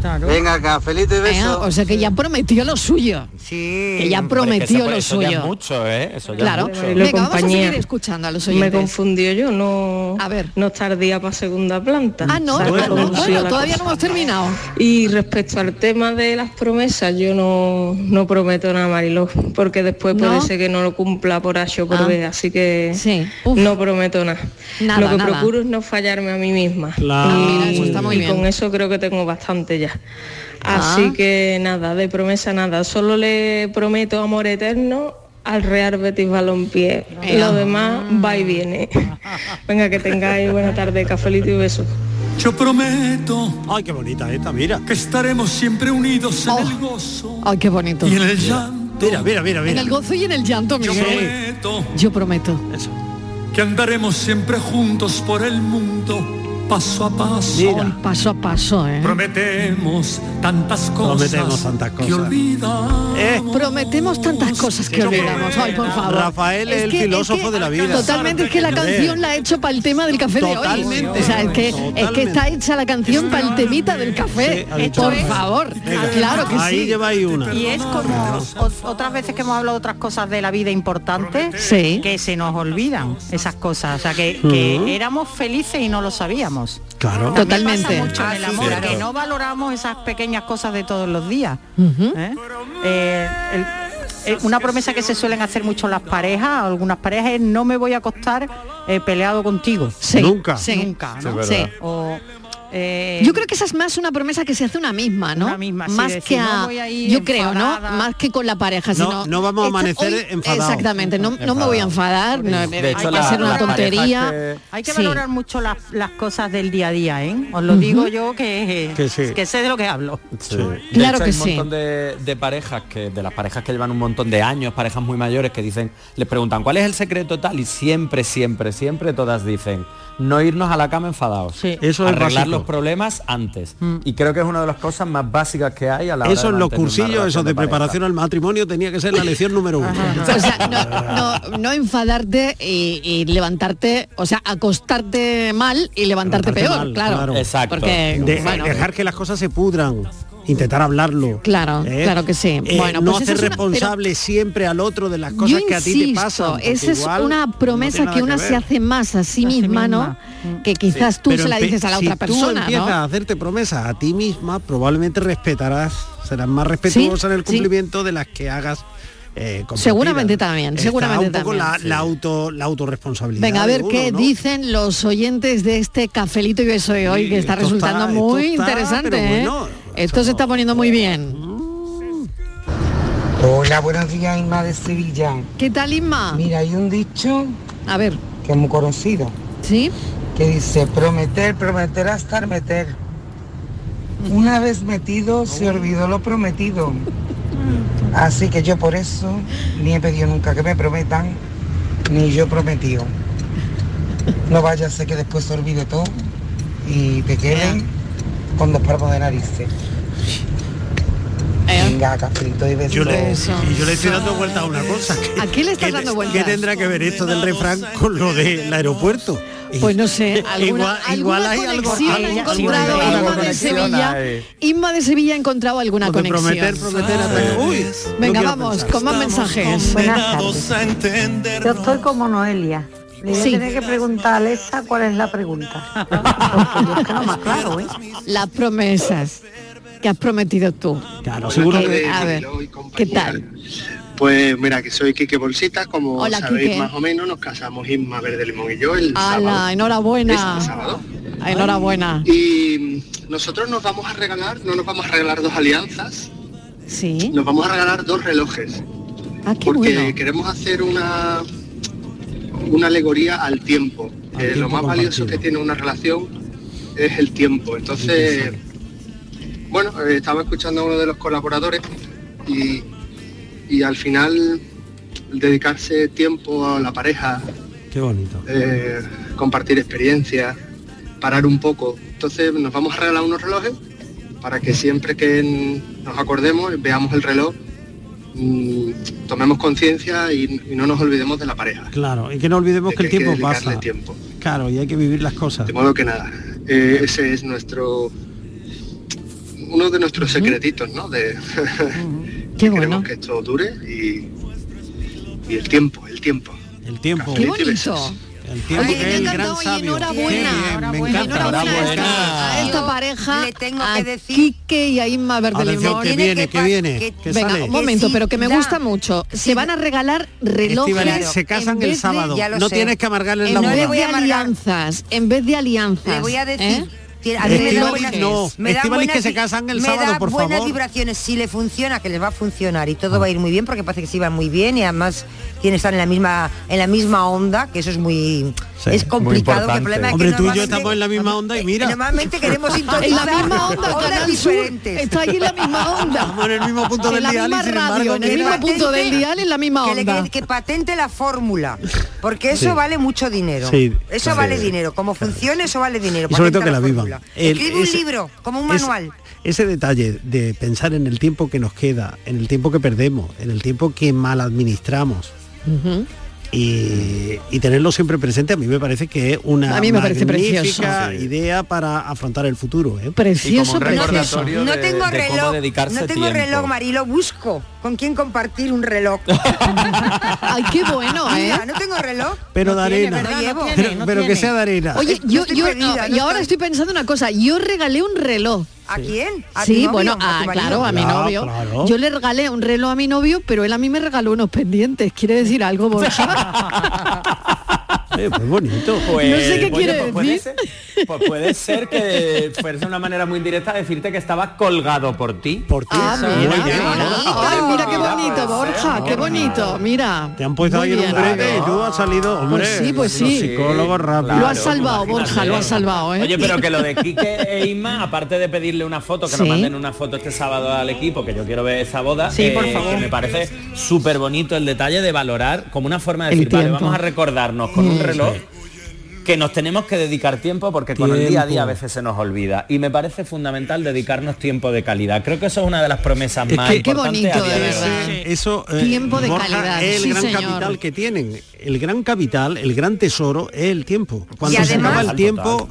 Speaker 9: Claro.
Speaker 14: Venga acá, feliz de
Speaker 5: Eh,
Speaker 14: beso.
Speaker 5: o sea que ya prometió lo suyo.
Speaker 7: Sí.
Speaker 5: Que ya
Speaker 8: Hombre, que
Speaker 5: prometió
Speaker 8: eso-
Speaker 5: lo
Speaker 8: eso ya es
Speaker 5: suyo.
Speaker 8: mucho, ¿eh? Eso ya es
Speaker 5: Claro.
Speaker 8: mucho.
Speaker 10: Lo
Speaker 5: Venga, vamos a
Speaker 10: compañía.
Speaker 5: seguir escuchando a los
Speaker 10: Me
Speaker 5: oyentes.
Speaker 10: confundió yo, no,
Speaker 5: A ver.
Speaker 10: no tardía para segunda planta.
Speaker 5: Ah, no,
Speaker 10: O sea,
Speaker 5: ah,
Speaker 10: no
Speaker 5: no,
Speaker 10: conocía
Speaker 5: bueno,
Speaker 10: la
Speaker 5: todavía no
Speaker 10: cosa.
Speaker 5: hemos terminado.
Speaker 10: Y respecto al tema de las promesas, yo no, no prometo nada, Mariló, porque después
Speaker 5: ¿No?
Speaker 10: puede ser que no lo cumpla por A o por
Speaker 5: Ah.
Speaker 10: B, así que
Speaker 5: Sí. Uf.
Speaker 10: no prometo nada.
Speaker 5: Nada,
Speaker 10: lo que
Speaker 5: nada.
Speaker 10: procuro es no fallarme a mí misma.
Speaker 6: Claro.
Speaker 10: Y,
Speaker 6: Ah, mira, eso
Speaker 5: está muy
Speaker 10: y
Speaker 5: bien.
Speaker 10: con eso creo que tengo bastante ya.
Speaker 5: Ah.
Speaker 10: Así que nada, de promesa nada, solo le prometo amor eterno al Real Betis Balompié.
Speaker 5: Ea. [LAUGHS]
Speaker 10: Lo demás va y viene. Venga, que tengáis buena tarde, cafelito y besos.
Speaker 12: Yo prometo.
Speaker 6: Ay, qué bonita esta, mira.
Speaker 12: Que estaremos siempre unidos en
Speaker 5: Oh.
Speaker 12: el gozo
Speaker 5: Ay, qué bonito.
Speaker 12: y en el llanto.
Speaker 6: Mira, mira, mira,
Speaker 5: En el gozo y en el llanto,
Speaker 12: Yo
Speaker 5: Miguel.
Speaker 12: prometo
Speaker 5: Yo prometo.
Speaker 12: que andaremos siempre juntos por el mundo, paso a paso.
Speaker 5: Ay, paso a paso, ¿eh?
Speaker 12: Prometemos tantas cosas.
Speaker 6: Prometemos tantas
Speaker 12: Que
Speaker 6: cosas.
Speaker 12: olvidamos.
Speaker 6: Eh.
Speaker 5: Prometemos tantas cosas que olvidamos. Ay, por favor.
Speaker 6: Rafael es el filósofo de la vida.
Speaker 5: Totalmente, es que la canción la ha hecho para el tema del café de hoy.
Speaker 6: Totalmente.
Speaker 5: O sea, es que, es que está hecha la canción para el temita del café.
Speaker 6: ha dicho
Speaker 5: por
Speaker 6: eso.
Speaker 5: favor. Ah,
Speaker 6: Venga.
Speaker 5: Claro que
Speaker 6: Ahí
Speaker 5: sí.
Speaker 6: lleváis una.
Speaker 9: Y es como o- otras veces que hemos hablado de otras cosas de la vida importantes que se nos olvidan esas cosas. O sea, que, que
Speaker 5: Mm.
Speaker 6: Ujú.
Speaker 9: éramos felices y no lo sabíamos.
Speaker 6: Claro.
Speaker 9: También pasa mucho en el
Speaker 6: Ah, sí,
Speaker 9: amor,
Speaker 6: claro.
Speaker 9: que no valoramos esas pequeñas cosas de todos los días. ¿eh? Eh, el- eh, una promesa que se suelen hacer mucho las parejas, algunas parejas, es no me voy a acostar eh, peleado contigo.
Speaker 5: Sí, Nunca. sí.
Speaker 9: Nunca, ¿no?
Speaker 5: Sí, es verdad.
Speaker 9: O, eh,
Speaker 5: Yo creo que esa es más una promesa que se hace una misma, ¿no?
Speaker 9: sí,
Speaker 5: más
Speaker 9: decir,
Speaker 5: que a,
Speaker 9: no voy a ir
Speaker 5: yo creo, ¿no? Más que con la pareja,
Speaker 6: No,
Speaker 5: sino
Speaker 6: no vamos a
Speaker 5: esta-
Speaker 6: amanecer
Speaker 5: hoy-
Speaker 6: enfadados.
Speaker 5: Exactamente, no, no me voy a enfadar, no,
Speaker 6: De hecho,
Speaker 5: hay que
Speaker 6: la-
Speaker 5: hacer una
Speaker 6: la pareja
Speaker 5: tontería.
Speaker 6: que-
Speaker 9: Hay que
Speaker 5: Sí.
Speaker 9: valorar mucho las, las cosas del día a día, ¿eh? Os lo digo yo que, eh,
Speaker 8: Que sí.
Speaker 9: que sé de lo que hablo.
Speaker 8: De hecho,
Speaker 9: Claro que
Speaker 8: hay
Speaker 9: sí.
Speaker 8: un montón de, de parejas que de las parejas que llevan un montón de años parejas muy mayores que dicen les preguntan cuál es el secreto tal y siempre siempre siempre todas dicen no irnos a la cama enfadados
Speaker 6: Eso es
Speaker 8: arreglar
Speaker 6: básico.
Speaker 8: los problemas antes y creo que es una de las cosas más básicas que hay a la hora
Speaker 6: Esos
Speaker 8: de
Speaker 6: los
Speaker 8: mantener una
Speaker 6: cursillos,
Speaker 8: relación
Speaker 6: esos de
Speaker 8: pareja.
Speaker 6: preparación al matrimonio tenía que ser la lección número uno.
Speaker 5: O sea, no, no, no enfadarte y, y levantarte, o sea, acostarte mal y levantarte, peor,
Speaker 6: Mal,
Speaker 5: claro. Porque,
Speaker 6: De-
Speaker 5: bueno,
Speaker 6: dejar que las cosas se pudran, intentar hablarlo.
Speaker 5: Claro,
Speaker 6: ¿eh?
Speaker 5: claro que sí.
Speaker 6: Eh,
Speaker 5: bueno,
Speaker 6: no
Speaker 5: pues
Speaker 6: hacer
Speaker 5: esa es una- pero-
Speaker 6: responsable siempre al otro de las cosas
Speaker 5: Yo
Speaker 6: que a ti te
Speaker 5: insisto,
Speaker 6: pasan. porque
Speaker 5: Esa es
Speaker 6: igual
Speaker 5: una
Speaker 6: no
Speaker 5: promesa
Speaker 6: tiene nada
Speaker 5: que una se
Speaker 6: ver.
Speaker 5: hace más a sí misma, Mm. ¿no? Que quizás
Speaker 6: Sí.
Speaker 5: tú
Speaker 6: Pero
Speaker 5: se la
Speaker 6: empe-
Speaker 5: dices a la
Speaker 6: si
Speaker 5: otra
Speaker 6: tú
Speaker 5: persona,
Speaker 6: empiezas a
Speaker 5: ¿no?
Speaker 6: hacerte promesas a ti misma, probablemente respetarás, serás más respetuosa en el
Speaker 5: sí.
Speaker 6: cumplimiento de las que hagas. eh, compartidas.
Speaker 5: Seguramente también,
Speaker 6: Está
Speaker 5: seguramente
Speaker 6: un poco
Speaker 5: también,
Speaker 6: La,
Speaker 5: sí.
Speaker 6: la auto, la autorresponsabilidad.
Speaker 5: Venga, a
Speaker 6: de
Speaker 5: ver
Speaker 6: uno,
Speaker 5: qué
Speaker 6: ¿no?
Speaker 5: dicen los oyentes de este cafelito y beso de hoy, que está
Speaker 6: esto
Speaker 5: resultando
Speaker 6: está-
Speaker 5: muy
Speaker 6: esto está,
Speaker 5: interesante.
Speaker 6: pero
Speaker 5: ¿eh?
Speaker 6: bueno,
Speaker 5: esto se está poniendo muy bien.
Speaker 15: Hola, buenos días, Inma de Sevilla.
Speaker 5: ¿Qué tal, Inma?
Speaker 15: Mira, hay un dicho.
Speaker 5: A ver.
Speaker 15: Que es muy conocido.
Speaker 5: ¿Sí?
Speaker 15: Que dice, prometer, prometer hasta el meter. Una vez metido, se olvidó lo prometido. Así que yo por eso ni he pedido nunca que me prometan, ni yo he prometido. No vaya a ser que después se olvide todo y te queden con dos palmos de narices. Venga, cafelito y besos.
Speaker 6: Yo le, y yo le estoy dando vuelta a una cosa.
Speaker 5: ¿A qué le estás
Speaker 6: ¿Qué,
Speaker 5: dando
Speaker 6: qué
Speaker 5: vueltas?
Speaker 6: tendrá que ver esto del refrán con lo del aeropuerto?
Speaker 5: Pues no sé, alguna,
Speaker 6: [LAUGHS] igual, igual
Speaker 5: alguna
Speaker 6: hay algo.
Speaker 5: conexión ha
Speaker 6: algo-
Speaker 5: encontrado
Speaker 6: algo-
Speaker 5: Inma de
Speaker 6: conexión
Speaker 5: Sevilla.
Speaker 6: hay.
Speaker 5: Inma de Sevilla ha encontrado alguna
Speaker 6: Lo de
Speaker 5: conexión.
Speaker 6: prometer, prometer hasta- Uy, no
Speaker 5: Venga,
Speaker 6: quiero
Speaker 5: vamos,
Speaker 6: pensar.
Speaker 5: con más mensajes.
Speaker 16: Yo estoy como Noelia. Le voy
Speaker 5: Sí.
Speaker 16: a tener que preguntar a Alexa cuál es la pregunta. ¿eh?
Speaker 5: Las promesas que has prometido tú.
Speaker 6: Claro,
Speaker 17: seguro
Speaker 5: Eh,
Speaker 17: que-
Speaker 5: A ver, ¿qué tal?
Speaker 17: Pues mira, que soy Quique Bolsita, como
Speaker 5: Hola,
Speaker 17: sabéis
Speaker 5: Quique.
Speaker 17: más o menos, nos casamos Isma Verde Limón y yo el sábado. Este
Speaker 5: Ala, enhorabuena. Enhorabuena.
Speaker 17: Y mm, nosotros nos vamos a regalar, no nos vamos a regalar dos alianzas,
Speaker 5: Sí.
Speaker 17: nos vamos a regalar dos relojes,
Speaker 5: Ah, qué
Speaker 17: porque
Speaker 5: bueno.
Speaker 17: queremos hacer una una alegoría al tiempo. Eh, lo más valioso que tiene una relación es el tiempo. Entonces, bueno, eh, estaba escuchando a uno de los colaboradores y, y al final dedicarse tiempo a la pareja,
Speaker 6: Qué bonito.
Speaker 17: eh, compartir experiencias, parar un poco. Entonces nos vamos a regalar unos relojes para que siempre que en- nos acordemos, veamos el reloj, mm, tomemos conciencia y, y no nos olvidemos de la pareja.
Speaker 6: Claro, y que no olvidemos
Speaker 17: De
Speaker 6: que el
Speaker 17: que hay que
Speaker 6: tiempo
Speaker 17: dedicarle
Speaker 6: pasa.
Speaker 17: tiempo.
Speaker 6: Claro, y hay que vivir las cosas.
Speaker 17: De modo que nada, eh, ese es nuestro uno de nuestros secretitos, ¿no? De, [LAUGHS]
Speaker 5: Qué
Speaker 17: Queremos que esto dure y, y el tiempo, el tiempo.
Speaker 6: El tiempo.
Speaker 5: Qué bonito.
Speaker 6: El tiempo
Speaker 5: Oye,
Speaker 6: que es
Speaker 5: me
Speaker 6: el
Speaker 5: encanta
Speaker 6: gran
Speaker 5: hoy,
Speaker 6: sabio.
Speaker 5: enhorabuena.
Speaker 6: Qué bien, me encanta.
Speaker 5: A esta pareja, a Quique y a Inma
Speaker 6: Atención,
Speaker 5: Verdelimón.
Speaker 6: que Tiene viene, que que pa- viene, que- que sale.
Speaker 5: Venga, un momento, pero que me gusta mucho. Se van a regalar relojes.
Speaker 6: Estíbaliz, se casan
Speaker 5: en
Speaker 6: el
Speaker 5: vez de-
Speaker 6: sábado. Ya lo No sé. tienes que amargarles la
Speaker 5: En
Speaker 6: boda.
Speaker 5: vez
Speaker 6: voy
Speaker 5: de
Speaker 6: a
Speaker 5: alianzas, en vez de alianzas.
Speaker 7: Le voy a decir,
Speaker 5: ¿eh?
Speaker 7: tiene- a mí me da
Speaker 5: Estíbaliz,
Speaker 7: buenas,
Speaker 5: no.
Speaker 7: me da
Speaker 5: Estíbaliz, que
Speaker 7: buenas
Speaker 5: se
Speaker 7: vi-
Speaker 5: casan el
Speaker 7: me
Speaker 5: sábado,
Speaker 7: da
Speaker 5: por
Speaker 7: buenas
Speaker 5: favor.
Speaker 7: vibraciones, si le funciona, que les va a funcionar y todo va a ir muy bien porque parece que se iban muy bien y además tienen estar en la misma en la misma onda, que eso es muy es complicado. que el problema es que
Speaker 6: Hombre, tú y yo
Speaker 7: normalmente-
Speaker 6: estamos en la misma onda y mira.
Speaker 7: Normalmente
Speaker 6: [LAUGHS]
Speaker 7: queremos sintonizar
Speaker 5: En la misma onda,
Speaker 7: ondas
Speaker 5: Canal Sur.
Speaker 7: diferentes.
Speaker 5: Está ahí en
Speaker 7: [LAUGHS]
Speaker 5: la misma onda.
Speaker 6: Estamos [LAUGHS] en el mismo punto
Speaker 5: En
Speaker 6: del
Speaker 5: la
Speaker 6: dial y
Speaker 5: misma
Speaker 6: sin
Speaker 5: radio,
Speaker 6: embargo,
Speaker 5: en el
Speaker 6: mira.
Speaker 5: mismo punto del dial, en la misma
Speaker 7: que le-
Speaker 5: onda.
Speaker 7: Que, que patente la fórmula, porque eso
Speaker 6: Sí.
Speaker 7: vale mucho dinero.
Speaker 6: Sí,
Speaker 7: eso
Speaker 6: sí.
Speaker 7: vale dinero. Como funcione, eso vale dinero.
Speaker 6: Y sobre todo
Speaker 7: Patenta
Speaker 6: que la vivan.
Speaker 7: fórmula.
Speaker 6: El-
Speaker 7: Escribe un
Speaker 6: ese-
Speaker 7: libro, como un
Speaker 6: ese-
Speaker 7: manual.
Speaker 6: Ese detalle de pensar en el tiempo que nos queda, en el tiempo que perdemos, en el tiempo que mal administramos y, y tenerlo siempre presente, a mí me parece que es una
Speaker 5: A mí me parece
Speaker 6: magnífica
Speaker 5: precioso.
Speaker 6: idea para afrontar el futuro. ¿eh?
Speaker 5: Precioso,
Speaker 7: No, no tengo reloj,
Speaker 6: dedicarse
Speaker 7: no tengo
Speaker 6: tiempo.
Speaker 7: reloj, Marilo, busco con quién compartir un reloj.
Speaker 6: [LAUGHS]
Speaker 5: Ay, qué bueno, ¿eh?
Speaker 7: Mira, no tengo reloj.
Speaker 6: Pero de
Speaker 7: tiene,
Speaker 6: arena.
Speaker 7: ¿verdad? No llevo.
Speaker 6: pero pero que sea de arena.
Speaker 5: Oye,
Speaker 7: No
Speaker 5: yo,
Speaker 7: estoy
Speaker 5: yo,
Speaker 7: perdida,
Speaker 5: no,
Speaker 7: no
Speaker 5: y ahora
Speaker 7: estoy-
Speaker 5: estoy pensando una cosa. Yo regalé un reloj.
Speaker 7: ¿A quién? ¿A tu
Speaker 5: sí,
Speaker 7: novio?
Speaker 5: bueno,
Speaker 7: ¿A tu
Speaker 5: ah,
Speaker 7: marido?
Speaker 5: claro, a mi
Speaker 7: Claro,
Speaker 5: novio.
Speaker 7: claro.
Speaker 5: Yo le regalé un reloj a mi novio, pero él a mí me regaló unos pendientes. ¿Quiere decir algo, Borja?
Speaker 6: Eh, pues bonito.
Speaker 5: No sé qué quiere
Speaker 8: [LAUGHS] pues puede
Speaker 5: decir.
Speaker 8: ser- pues puede ser que fuese una manera muy indirecta decirte que estaba colgado por ti.
Speaker 6: Por ti.
Speaker 5: Ah, mira, mira. Ay, mira qué bonito, Borja, qué bonito. Mira.
Speaker 6: Te han puesto
Speaker 5: Muy
Speaker 6: ahí en un
Speaker 5: bien.
Speaker 6: brete y tú has eh, salido, hombre.
Speaker 5: Pues sí, pues
Speaker 6: los
Speaker 5: sí.
Speaker 6: psicólogos rápidos.
Speaker 5: Lo has salvado, Oh, Borja, lo has salvado, ¿eh?
Speaker 8: Oye, pero que lo de Quique e
Speaker 5: [LAUGHS]
Speaker 8: Isma, aparte de pedirle una foto, que nos
Speaker 5: Sí.
Speaker 8: manden una foto este sábado al equipo, que yo quiero ver esa boda, eh,
Speaker 5: Sí, por favor.
Speaker 8: que me parece súper bonito el detalle de valorar como una forma de
Speaker 5: El
Speaker 8: decir, vale,
Speaker 5: tiempo.
Speaker 8: vamos a recordarnos con un
Speaker 5: Mm.
Speaker 8: reloj que nos tenemos que dedicar tiempo porque con el día a día a
Speaker 6: Tiempo.
Speaker 8: veces se nos olvida y me parece fundamental dedicarnos tiempo de calidad. Creo que eso es una de las promesas
Speaker 6: Es
Speaker 8: más
Speaker 6: que-
Speaker 8: importantes a día de hoy.
Speaker 6: Ese- Eso, eh,
Speaker 5: Tiempo de
Speaker 6: Borja,
Speaker 5: calidad,
Speaker 6: Es el
Speaker 5: sí,
Speaker 6: gran
Speaker 5: señor.
Speaker 6: capital que tienen. El gran capital, el gran tesoro es el tiempo. Cuando se
Speaker 7: además-
Speaker 6: acaba el tiempo,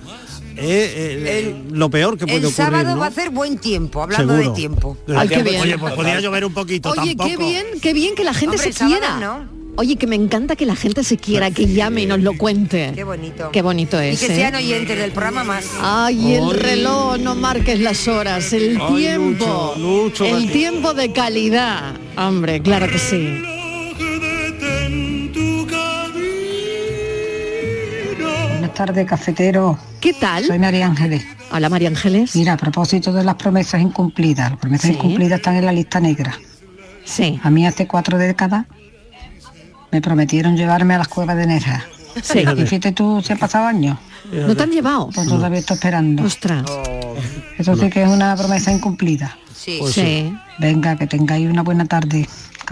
Speaker 6: es eh, lo peor que puede
Speaker 7: El
Speaker 6: ocurrir.
Speaker 7: sábado
Speaker 6: ¿no?
Speaker 7: va a hacer buen tiempo, hablando
Speaker 6: Seguro.
Speaker 7: de tiempo.
Speaker 5: Ay, qué bien.
Speaker 6: Oye, pues podía llover un poquito
Speaker 5: Oye,
Speaker 6: tampoco.
Speaker 5: qué bien, qué bien que la gente
Speaker 7: Hombre, el
Speaker 5: se
Speaker 7: sábado
Speaker 5: quiera.
Speaker 7: no.
Speaker 5: Oye, que me encanta que la gente se quiera, que llame y nos lo cuente.
Speaker 7: Qué bonito.
Speaker 5: Qué bonito
Speaker 7: Y
Speaker 5: es.
Speaker 7: que
Speaker 5: ¿eh?
Speaker 7: sean oyentes del programa más.
Speaker 16: Ah,
Speaker 5: Ay, el reloj, no marques las horas, el
Speaker 7: Ay,
Speaker 5: tiempo,
Speaker 12: Oh.
Speaker 7: Lucho, Lucho,
Speaker 5: el
Speaker 7: Mati.
Speaker 5: tiempo de calidad. Hombre, claro que sí.
Speaker 16: Buenas tardes, cafetero.
Speaker 5: ¿Qué tal?
Speaker 16: Soy María Ángeles.
Speaker 5: Hola, María Ángeles.
Speaker 16: Mira, a propósito de las promesas incumplidas, las promesas
Speaker 5: Sí.
Speaker 16: incumplidas están en la lista negra.
Speaker 5: Sí.
Speaker 16: A mí hace cuatro décadas me prometieron llevarme a las cuevas de Nerja.
Speaker 5: Sí.
Speaker 16: Y fíjate tú, se han pasado años.
Speaker 5: ¿No te han llevado?
Speaker 16: Pues todavía estoy esperando. Oh.
Speaker 5: Ostras.
Speaker 16: Eso sí que es una promesa incumplida.
Speaker 7: Sí.
Speaker 5: Pues sí. Sí.
Speaker 16: Venga, que tengáis una buena tarde.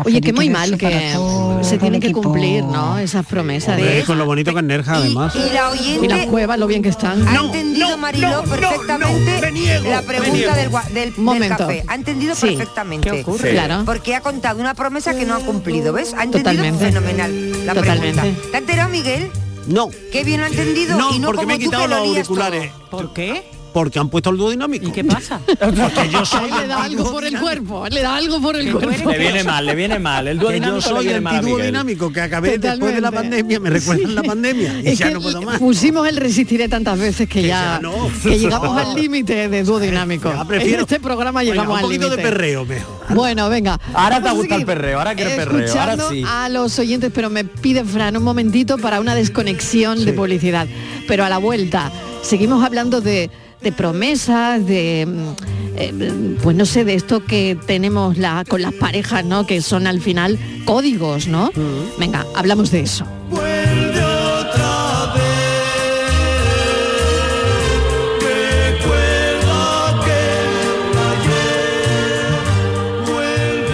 Speaker 5: Oye, que
Speaker 16: Cafelito
Speaker 5: muy
Speaker 16: y
Speaker 5: mal
Speaker 16: besos
Speaker 5: que
Speaker 16: para todo
Speaker 5: se tiene
Speaker 16: el
Speaker 5: que
Speaker 16: equipo.
Speaker 5: cumplir, ¿no? Esas promesas
Speaker 6: Hombre,
Speaker 5: de
Speaker 6: ¿eh? con lo bonito que es Nerja, además.
Speaker 7: y la oyente-
Speaker 5: Y las cuevas, lo bien que están.
Speaker 7: Ha entendido Mariló perfectamente la pregunta del, gua- del- del
Speaker 5: Momento.
Speaker 7: café. Ha entendido
Speaker 5: Sí.
Speaker 7: perfectamente.
Speaker 5: ¿Qué ocurre? Sí. Claro.
Speaker 7: Porque ha contado una promesa que no ha cumplido, ¿ves? Ha entendido
Speaker 5: Totalmente.
Speaker 7: fenomenal la
Speaker 5: Totalmente.
Speaker 7: pregunta. ¿Te has enterado, Miguel?
Speaker 6: No.
Speaker 7: Qué bien lo ha entendido
Speaker 6: No,
Speaker 7: y no
Speaker 6: porque
Speaker 7: como
Speaker 6: me he
Speaker 7: tú
Speaker 6: quitado
Speaker 7: que lo
Speaker 6: los
Speaker 7: lías todo.
Speaker 6: auriculares.
Speaker 9: ¿Por qué?
Speaker 6: Porque han puesto el dúo dinámico. ¿Y qué [LAUGHS]
Speaker 9: pasa?
Speaker 6: Porque yo soy
Speaker 5: Le da algo por el cuerpo, le da algo por el cuerpo.
Speaker 8: Le viene mal, le
Speaker 6: [LAUGHS]
Speaker 8: viene mal. El dúo
Speaker 6: que yo
Speaker 8: dinámico le
Speaker 6: soy
Speaker 8: viene
Speaker 6: el
Speaker 8: mal a
Speaker 6: antidúo
Speaker 8: Miguel.
Speaker 6: dinámico que acabé después de la pandemia, me recuerdan la pandemia. Y
Speaker 5: Es
Speaker 6: ya
Speaker 5: que
Speaker 6: no puedo más.
Speaker 5: pusimos el resistiré tantas veces que,
Speaker 6: ya
Speaker 5: ya,
Speaker 6: no.
Speaker 5: que llegamos al límite de dúo dinámico.
Speaker 6: Ya prefiero-
Speaker 5: en este programa
Speaker 6: Venga,
Speaker 5: llegamos
Speaker 6: un
Speaker 5: al límite.
Speaker 6: poquito de perreo mejor.
Speaker 5: Bueno, venga.
Speaker 8: Ahora te
Speaker 5: Vamos a
Speaker 8: gusta el
Speaker 5: seguir
Speaker 8: perreo, ahora quieres perreo, ahora
Speaker 5: escuchando
Speaker 8: sí.
Speaker 5: a los oyentes, pero me pide Fran un momentito para una desconexión de publicidad. Pero a la vuelta, seguimos hablando de, de promesas, de mm, eh, pues no sé, de esto que tenemos la, con las parejas, ¿no? Que son al final códigos, ¿no?
Speaker 6: Mm.
Speaker 5: Venga, hablamos de eso.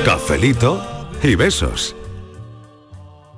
Speaker 1: Cafelito y besos.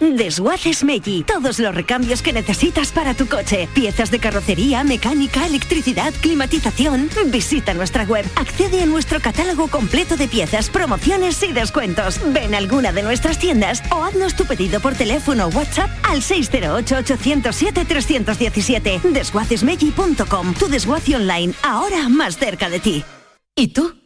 Speaker 18: Desguaces Meggi. Todos los recambios que necesitas para tu coche. Piezas de carrocería, mecánica, electricidad, climatización. Visita nuestra web. Accede a nuestro catálogo completo de piezas, promociones y descuentos. Ven a alguna de nuestras tiendas o haznos tu pedido por teléfono o WhatsApp al 608-807-317. Desguacesmeggi.com. Tu desguace online, ahora más cerca de ti.
Speaker 19: ¿Y tú?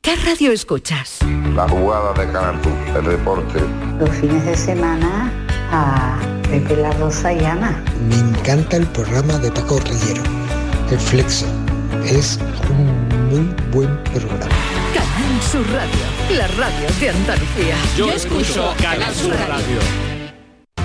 Speaker 19: ¿Qué radio escuchas?
Speaker 20: La jugada de Canal Sur, el deporte.
Speaker 16: Los fines de semana a Pepe La Rosa y Ana.
Speaker 15: Me encanta el programa de Paco Rillero, El Flexo. Es un muy buen programa.
Speaker 19: Canal Sur Radio, la radio de Andalucía.
Speaker 13: Yo escucho Canal Sur Radio.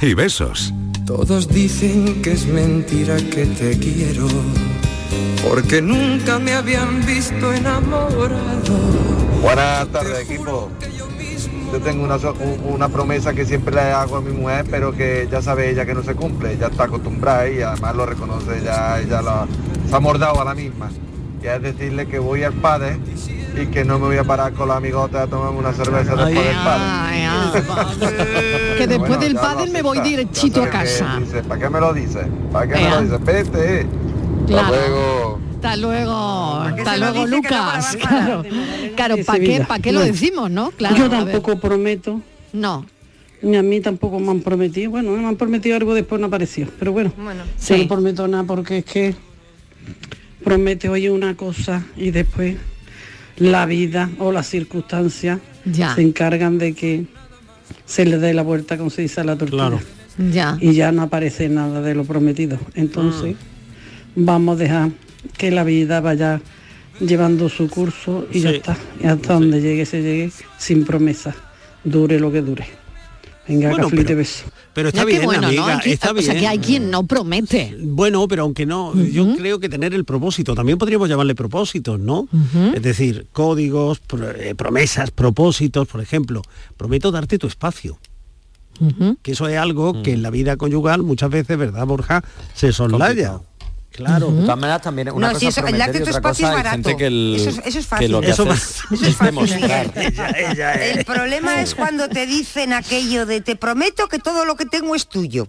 Speaker 21: y besos.
Speaker 12: Todos dicen que es mentira que te quiero, porque nunca me habían visto enamorado.
Speaker 22: Buenas tardes equipo. Yo tengo una, so- u- una promesa que siempre le hago a mi mujer, pero que ya sabe ella que no se cumple, ya está acostumbrada y además lo reconoce, ya ella lo- se ha mordado a la misma. Que es decirle que voy al padre y que no me voy a parar con los amigotes a tomarme una cerveza después del padre.
Speaker 5: Que después
Speaker 22: Bueno,
Speaker 5: del
Speaker 22: ya lo
Speaker 5: pádel me voy
Speaker 22: acepta.
Speaker 5: derechito a
Speaker 22: Ya sabe que
Speaker 5: casa.
Speaker 22: dice, ¿Para qué me lo dices? ¿Para qué me
Speaker 5: Ea.
Speaker 22: lo dices? Vete.
Speaker 5: Claro.
Speaker 22: Hasta luego.
Speaker 5: Hasta luego, hasta
Speaker 23: se lo
Speaker 5: luego,
Speaker 23: dice que no
Speaker 5: Lucas.
Speaker 23: para
Speaker 5: claro, claro,
Speaker 23: de
Speaker 5: ¿para qué,
Speaker 23: Sevilla.
Speaker 5: pa' qué lo
Speaker 23: Bueno.
Speaker 5: decimos, no? Claro.
Speaker 23: Yo
Speaker 5: a ver.
Speaker 23: tampoco prometo.
Speaker 5: No.
Speaker 23: Ni a mí tampoco me han prometido. Bueno, me han prometido algo después no apareció. Pero bueno,
Speaker 5: sí.
Speaker 23: no prometo nada porque es que promete hoy una cosa y después la vida o las circunstancias
Speaker 5: Ya.
Speaker 23: se encargan de que se le dé la vuelta con se dice a la tortilla.
Speaker 5: Ya.
Speaker 23: Y ya no aparece nada de lo prometido.
Speaker 6: Ah.
Speaker 23: Entonces, vamos a dejar que la vida vaya llevando su curso y ya
Speaker 6: Sí.
Speaker 23: está. Y hasta donde llegue, se llegue sin promesa. Dure lo que dure. Venga,
Speaker 6: Bueno,
Speaker 23: café y te
Speaker 6: pero-
Speaker 23: beso.
Speaker 6: Pero está
Speaker 5: Ya que
Speaker 6: bien,
Speaker 5: bueno, ¿no?
Speaker 6: amiga,
Speaker 5: Aquí-
Speaker 6: está
Speaker 5: o sea,
Speaker 6: bien.
Speaker 5: que hay quien no promete.
Speaker 6: Bueno, pero aunque no, yo creo que tener el propósito, también podríamos llamarle propósitos, ¿no? Es decir, códigos, pro- eh, promesas, propósitos, por ejemplo, prometo darte tu espacio. Que eso es algo
Speaker 5: Mm.
Speaker 6: que en la vida conyugal muchas veces, ¿verdad, Borja? Se soslaya. Claro.
Speaker 8: De todas maneras, también una
Speaker 6: No,
Speaker 8: cosa
Speaker 6: sí,
Speaker 8: es
Speaker 6: eso- el
Speaker 8: prometer
Speaker 6: darte
Speaker 8: y
Speaker 6: tu
Speaker 8: otra
Speaker 6: espacio
Speaker 8: cosa
Speaker 6: es
Speaker 8: hay gente
Speaker 6: barato.
Speaker 8: que el-
Speaker 6: Eso es- eso
Speaker 7: es
Speaker 8: que lo que
Speaker 6: Eso
Speaker 8: hace
Speaker 6: va-
Speaker 8: es-
Speaker 6: eso es
Speaker 8: es
Speaker 6: fácil, [LAUGHS]
Speaker 8: demostrar.
Speaker 7: El problema es cuando te dicen aquello de te prometo que todo lo que tengo es tuyo.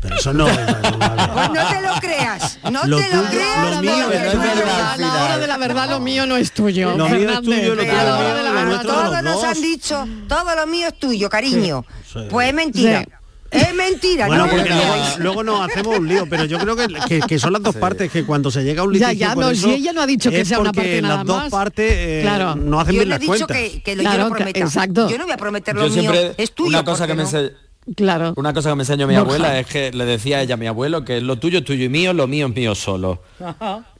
Speaker 6: Pero eso no es
Speaker 7: Pues no te lo creas, no
Speaker 6: Lo
Speaker 7: te lo
Speaker 6: tuyo-
Speaker 7: creas.
Speaker 6: lo mío
Speaker 7: porque
Speaker 6: es
Speaker 7: es
Speaker 6: verdad,
Speaker 7: verdad.
Speaker 5: A la hora de la verdad lo mío no es tuyo.
Speaker 6: Lo mío es
Speaker 5: Fernández.
Speaker 6: tuyo, lo tuyo
Speaker 5: A
Speaker 6: es mío,
Speaker 5: la hora de la
Speaker 6: lo
Speaker 5: verdad
Speaker 6: nuestro
Speaker 5: todo-
Speaker 7: Todos nos han dicho, todo lo mío es tuyo, cariño. Pues es mentira. Es mentira,
Speaker 6: Bueno,
Speaker 7: no me lo
Speaker 6: porque luego,
Speaker 7: creáis.
Speaker 6: luego nos hacemos un lío, pero yo creo que, que- que son las dos partes, que cuando se llega a un litigio...
Speaker 5: Ya, ya,
Speaker 6: por
Speaker 5: no,
Speaker 6: eso,
Speaker 5: si ella no ha dicho que
Speaker 6: es
Speaker 5: sea una
Speaker 6: porque
Speaker 5: parte nada
Speaker 6: las dos
Speaker 5: más.
Speaker 6: partes eh,
Speaker 5: Claro.
Speaker 6: no hacen
Speaker 7: yo
Speaker 6: bien
Speaker 7: le he
Speaker 6: las
Speaker 7: dicho
Speaker 6: cuentas.
Speaker 7: que, que lo
Speaker 5: Claro,
Speaker 7: yo no
Speaker 5: que-
Speaker 7: prometa.
Speaker 5: exacto.
Speaker 7: Yo no voy a prometer lo
Speaker 8: Yo
Speaker 7: mío,
Speaker 8: siempre,
Speaker 7: es tuyo.
Speaker 8: una cosa
Speaker 7: ¿por
Speaker 8: que
Speaker 7: qué
Speaker 8: me
Speaker 7: no?
Speaker 8: ense-
Speaker 5: Claro.
Speaker 8: Una cosa que me enseñó mi
Speaker 5: Borja.
Speaker 8: abuela es que le decía a ella a mi abuelo que lo tuyo es tuyo y mío, lo mío es mío solo.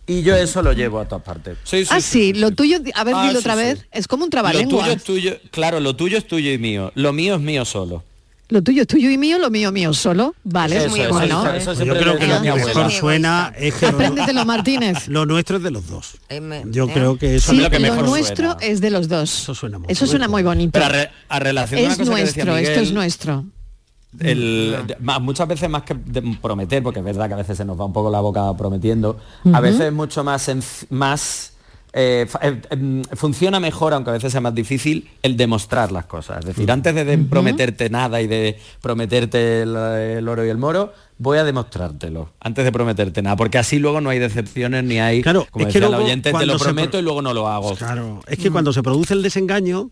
Speaker 8: Y yo eso lo llevo a todas partes. Sí, sí,
Speaker 5: Ah,
Speaker 8: sí.
Speaker 5: sí, lo tuyo, a ver,
Speaker 8: Ah,
Speaker 5: dilo
Speaker 8: sí,
Speaker 5: otra
Speaker 8: sí.
Speaker 5: vez, es como un
Speaker 8: Lo
Speaker 5: trabalengua.
Speaker 8: tuyo es tuyo, claro, lo tuyo es tuyo y mío, lo mío es mío solo.
Speaker 5: Lo tuyo es tuyo y mío, lo mío mío solo, ¿vale?
Speaker 8: Eso,
Speaker 5: muy
Speaker 8: eso,
Speaker 5: bueno.
Speaker 8: eso, eso
Speaker 6: Pues yo
Speaker 8: siempre
Speaker 6: creo
Speaker 8: le
Speaker 6: que
Speaker 8: decía
Speaker 6: lo
Speaker 8: mi
Speaker 6: que
Speaker 8: abuela.
Speaker 6: mejor suena es que
Speaker 5: Apréndetelo, Martínez.
Speaker 6: lo nuestro es de los dos.
Speaker 7: Eh, me-
Speaker 6: Yo creo que eso
Speaker 5: Sí,
Speaker 6: es
Speaker 5: lo, nuestro es de los dos. Eso
Speaker 6: suena muy,
Speaker 5: bonito.
Speaker 8: Pero a, re- a relación con
Speaker 5: es
Speaker 8: una cosa que decía
Speaker 5: nuestro, esto es
Speaker 8: Miguel,
Speaker 5: nuestro.
Speaker 8: el- de- más- muchas veces más que de- prometer, porque es verdad que a veces se nos va un poco la boca prometiendo, a
Speaker 24: Ujú.
Speaker 8: veces es mucho más, senc- más eh, fa- eh, em, funciona mejor, aunque a veces sea más difícil, el demostrar las cosas. Es decir, antes de, de prometerte nada y de prometerte el, el oro y el moro, voy a demostrártelo, antes de prometerte nada, porque así luego no hay decepciones ni hay, claro, como
Speaker 6: es que
Speaker 8: decía la
Speaker 6: luego
Speaker 8: oyente, te
Speaker 6: cuando
Speaker 8: lo
Speaker 6: se pro-
Speaker 8: prometo y luego no lo hago.
Speaker 6: Es que cuando se produce el desengaño,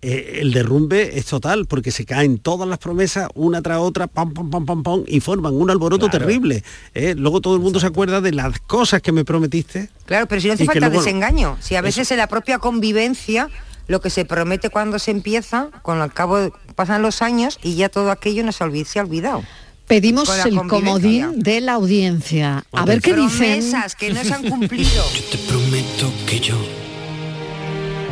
Speaker 6: eh, el derrumbe es total, porque se caen todas las promesas una tras otra, pam, pam, pam, pam, pam, y forman un alboroto
Speaker 7: Claro.
Speaker 6: terrible. ¿eh? Luego todo el mundo se acuerda de las cosas que me prometiste.
Speaker 7: Claro, pero si no hace
Speaker 6: Y que
Speaker 7: falta
Speaker 6: luego-
Speaker 7: desengaño. Si a veces en la propia convivencia lo que se promete cuando se empieza, con el cabo de- pasan los años y ya todo aquello no se, olvi- se ha olvidado.
Speaker 5: Pedimos
Speaker 7: Con la
Speaker 5: el
Speaker 7: convivencia
Speaker 5: comodín de la audiencia. A ver qué dicen.
Speaker 7: Promesas que no se han cumplido.
Speaker 15: Prometo que yo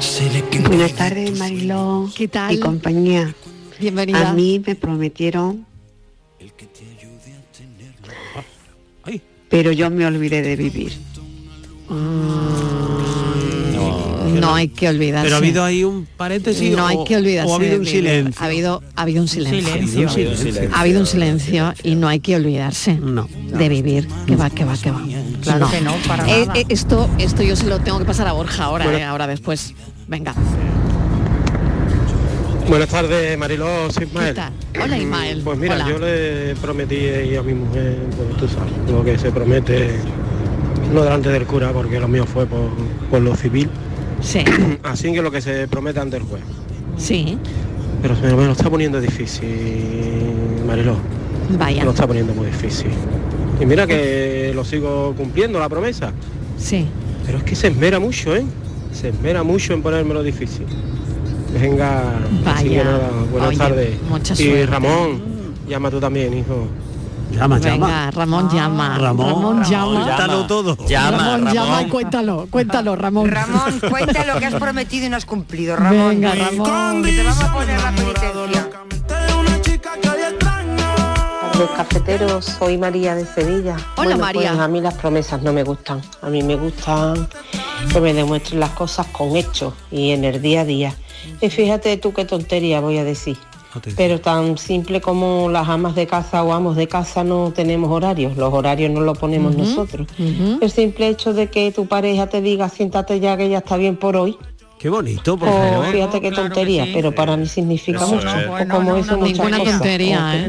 Speaker 15: seré quien te
Speaker 25: Buenas tardes, Mariló. ¿Qué tal? Y compañía.
Speaker 5: Bienvenida.
Speaker 25: A mí me prometieron. Pero yo me olvidé de vivir.
Speaker 5: No hay que olvidarse.
Speaker 6: Pero ha habido ahí un paréntesis.
Speaker 5: No
Speaker 6: o-
Speaker 5: hay que olvidarse.
Speaker 6: O ha habido
Speaker 5: de
Speaker 6: un
Speaker 5: vivir.
Speaker 6: silencio.
Speaker 5: Ha habido, ha habido un silencio.
Speaker 6: silencio. Ha habido un silencio.
Speaker 5: Ha habido un silencio y no hay que olvidarse de vivir. Que va, que va, que va.
Speaker 25: Claro que no, para
Speaker 5: Eh,
Speaker 25: nada.
Speaker 5: eh, esto, esto yo se lo tengo que pasar a Borja ahora,
Speaker 26: Bueno.
Speaker 5: eh, ahora después. Venga.
Speaker 26: Buenas tardes, Mariló, soy
Speaker 5: ¿Qué
Speaker 26: Ismael.
Speaker 5: tal? Hola Ismael.
Speaker 26: Pues mira,
Speaker 5: Hola.
Speaker 26: yo le prometí a mi mujer, pues tú sabes, lo que se promete, no delante del cura, porque lo mío fue por, por lo civil. [CLEARS THROAT]
Speaker 5: Sí.
Speaker 26: Así que lo que se promete ante el juez.
Speaker 5: Sí.
Speaker 26: Pero se me, me lo está poniendo difícil, Mariló.
Speaker 5: Vaya.
Speaker 26: Me lo está poniendo muy difícil. Y mira que lo sigo cumpliendo, la promesa.
Speaker 5: Sí.
Speaker 26: Pero es que se esmera mucho, ¿eh? Se esmera mucho en ponérmelo difícil. Venga, así que
Speaker 5: Vaya.
Speaker 26: nada, buenas
Speaker 5: Oye,
Speaker 26: tardes.
Speaker 5: mucha
Speaker 26: y
Speaker 5: suerte.
Speaker 26: Ramón, llama tú también, hijo.
Speaker 6: Llama,
Speaker 5: Venga, Ramón llama.
Speaker 26: Ramón.
Speaker 5: llama.
Speaker 26: Cuéntalo todo. Llama,
Speaker 5: Ramón,
Speaker 26: Ramón.
Speaker 5: llama y cuéntalo, cuéntalo, Ramón.
Speaker 7: Ramón, cuenta lo que has prometido y no has cumplido, Ramón.
Speaker 5: Venga, Ramón.
Speaker 7: Que te vamos a poner la penitencia.
Speaker 25: Los cafeteros, soy María de Sevilla.
Speaker 5: Hola,
Speaker 25: Bueno,
Speaker 5: María.
Speaker 25: pues a mí las promesas no me gustan. A mí me gustan que me demuestren las cosas con hechos y en el día a día. Y fíjate tú qué tontería voy a decir. Pero tan simple como las amas de casa o amos de casa no tenemos horarios. Los horarios no los ponemos
Speaker 16: Ujú.
Speaker 25: nosotros. El simple hecho de que tu pareja te diga siéntate ya que ya está bien por hoy.
Speaker 6: Qué bonito, por
Speaker 25: O
Speaker 6: favor.
Speaker 25: fíjate qué tontería, pero para mí significa
Speaker 6: Eso
Speaker 25: mucho.
Speaker 6: es.
Speaker 25: O
Speaker 6: Bueno,
Speaker 25: como
Speaker 6: no,
Speaker 25: eso
Speaker 6: no,
Speaker 25: muchas
Speaker 6: ninguna
Speaker 25: cosas.
Speaker 6: tontería,
Speaker 25: O que
Speaker 6: ¿eh?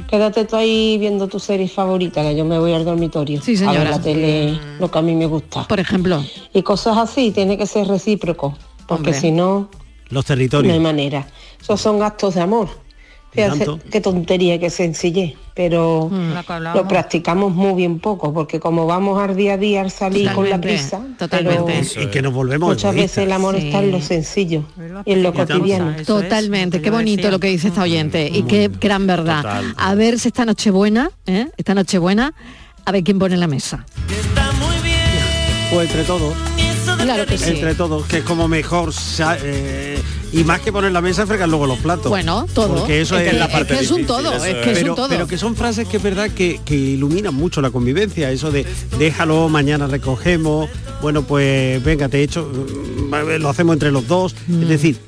Speaker 25: no- Quédate tú ahí viendo tu serie favorita, que yo me voy al dormitorio. A ver señora. la tele, lo que a mí me gusta. Por
Speaker 5: ejemplo.
Speaker 25: Y cosas así, tiene que ser recíproco, porque
Speaker 6: Hombre.
Speaker 25: si no,
Speaker 6: Los
Speaker 25: no
Speaker 6: territorios.
Speaker 25: hay manera. Esos son gastos de amor. Fíjate
Speaker 6: tanto.
Speaker 25: qué tontería, qué sencillez,
Speaker 5: Lo
Speaker 25: pero
Speaker 5: que hablábamos.
Speaker 25: lo practicamos muy bien poco, porque como vamos al día a día, al salir con la
Speaker 5: Totalmente,
Speaker 25: prisa,
Speaker 5: totalmente.
Speaker 25: pero
Speaker 6: Y que nos volvemos
Speaker 25: muchas
Speaker 6: egoístas.
Speaker 25: veces el amor está en lo sencillo y en lo cotidiano.
Speaker 5: Totalmente, qué bonito lo que dice esta oyente y qué gran verdad. A ver si esta Nochebuena, ¿eh? esta Nochebuena, a ver quién pone en la mesa.
Speaker 6: Pues entre todos.
Speaker 5: Claro que sí.
Speaker 6: Entre todos, que es como mejor. sa- eh, y más que poner la mesa, fregar luego los platos.
Speaker 5: Bueno, todo.
Speaker 6: Porque eso
Speaker 5: Es
Speaker 6: es,
Speaker 5: que-
Speaker 6: la
Speaker 5: es
Speaker 6: parte
Speaker 5: que es un
Speaker 6: difícil,
Speaker 5: todo,
Speaker 6: eso
Speaker 5: es que es un
Speaker 6: pero,
Speaker 5: todo.
Speaker 6: Pero que son frases que es verdad que, que iluminan mucho la convivencia. Eso de déjalo, mañana recogemos, bueno, pues venga, te he hecho, mm, lo hacemos entre los dos.
Speaker 5: Mm.
Speaker 6: Es decir,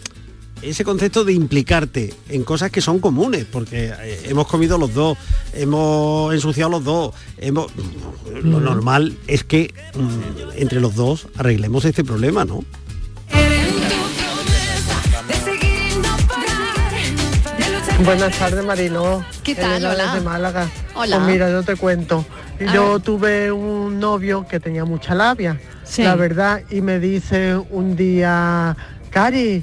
Speaker 6: ese concepto de implicarte en cosas que son comunes, porque eh, hemos comido los dos, hemos ensuciado los dos, hemos... Lo
Speaker 5: Mm.
Speaker 6: normal es que mm, entre los dos arreglemos este problema, ¿no?
Speaker 24: Buenas tardes, Mariló.
Speaker 5: ¿Qué tal?
Speaker 24: Elena
Speaker 5: Hola.
Speaker 24: desde Málaga.
Speaker 5: Hola.
Speaker 24: Pues mira, yo te cuento.
Speaker 5: A
Speaker 24: Yo
Speaker 5: ver.
Speaker 24: tuve un novio que tenía mucha labia,
Speaker 5: Sí.
Speaker 24: la verdad, y me dice un día, Cari,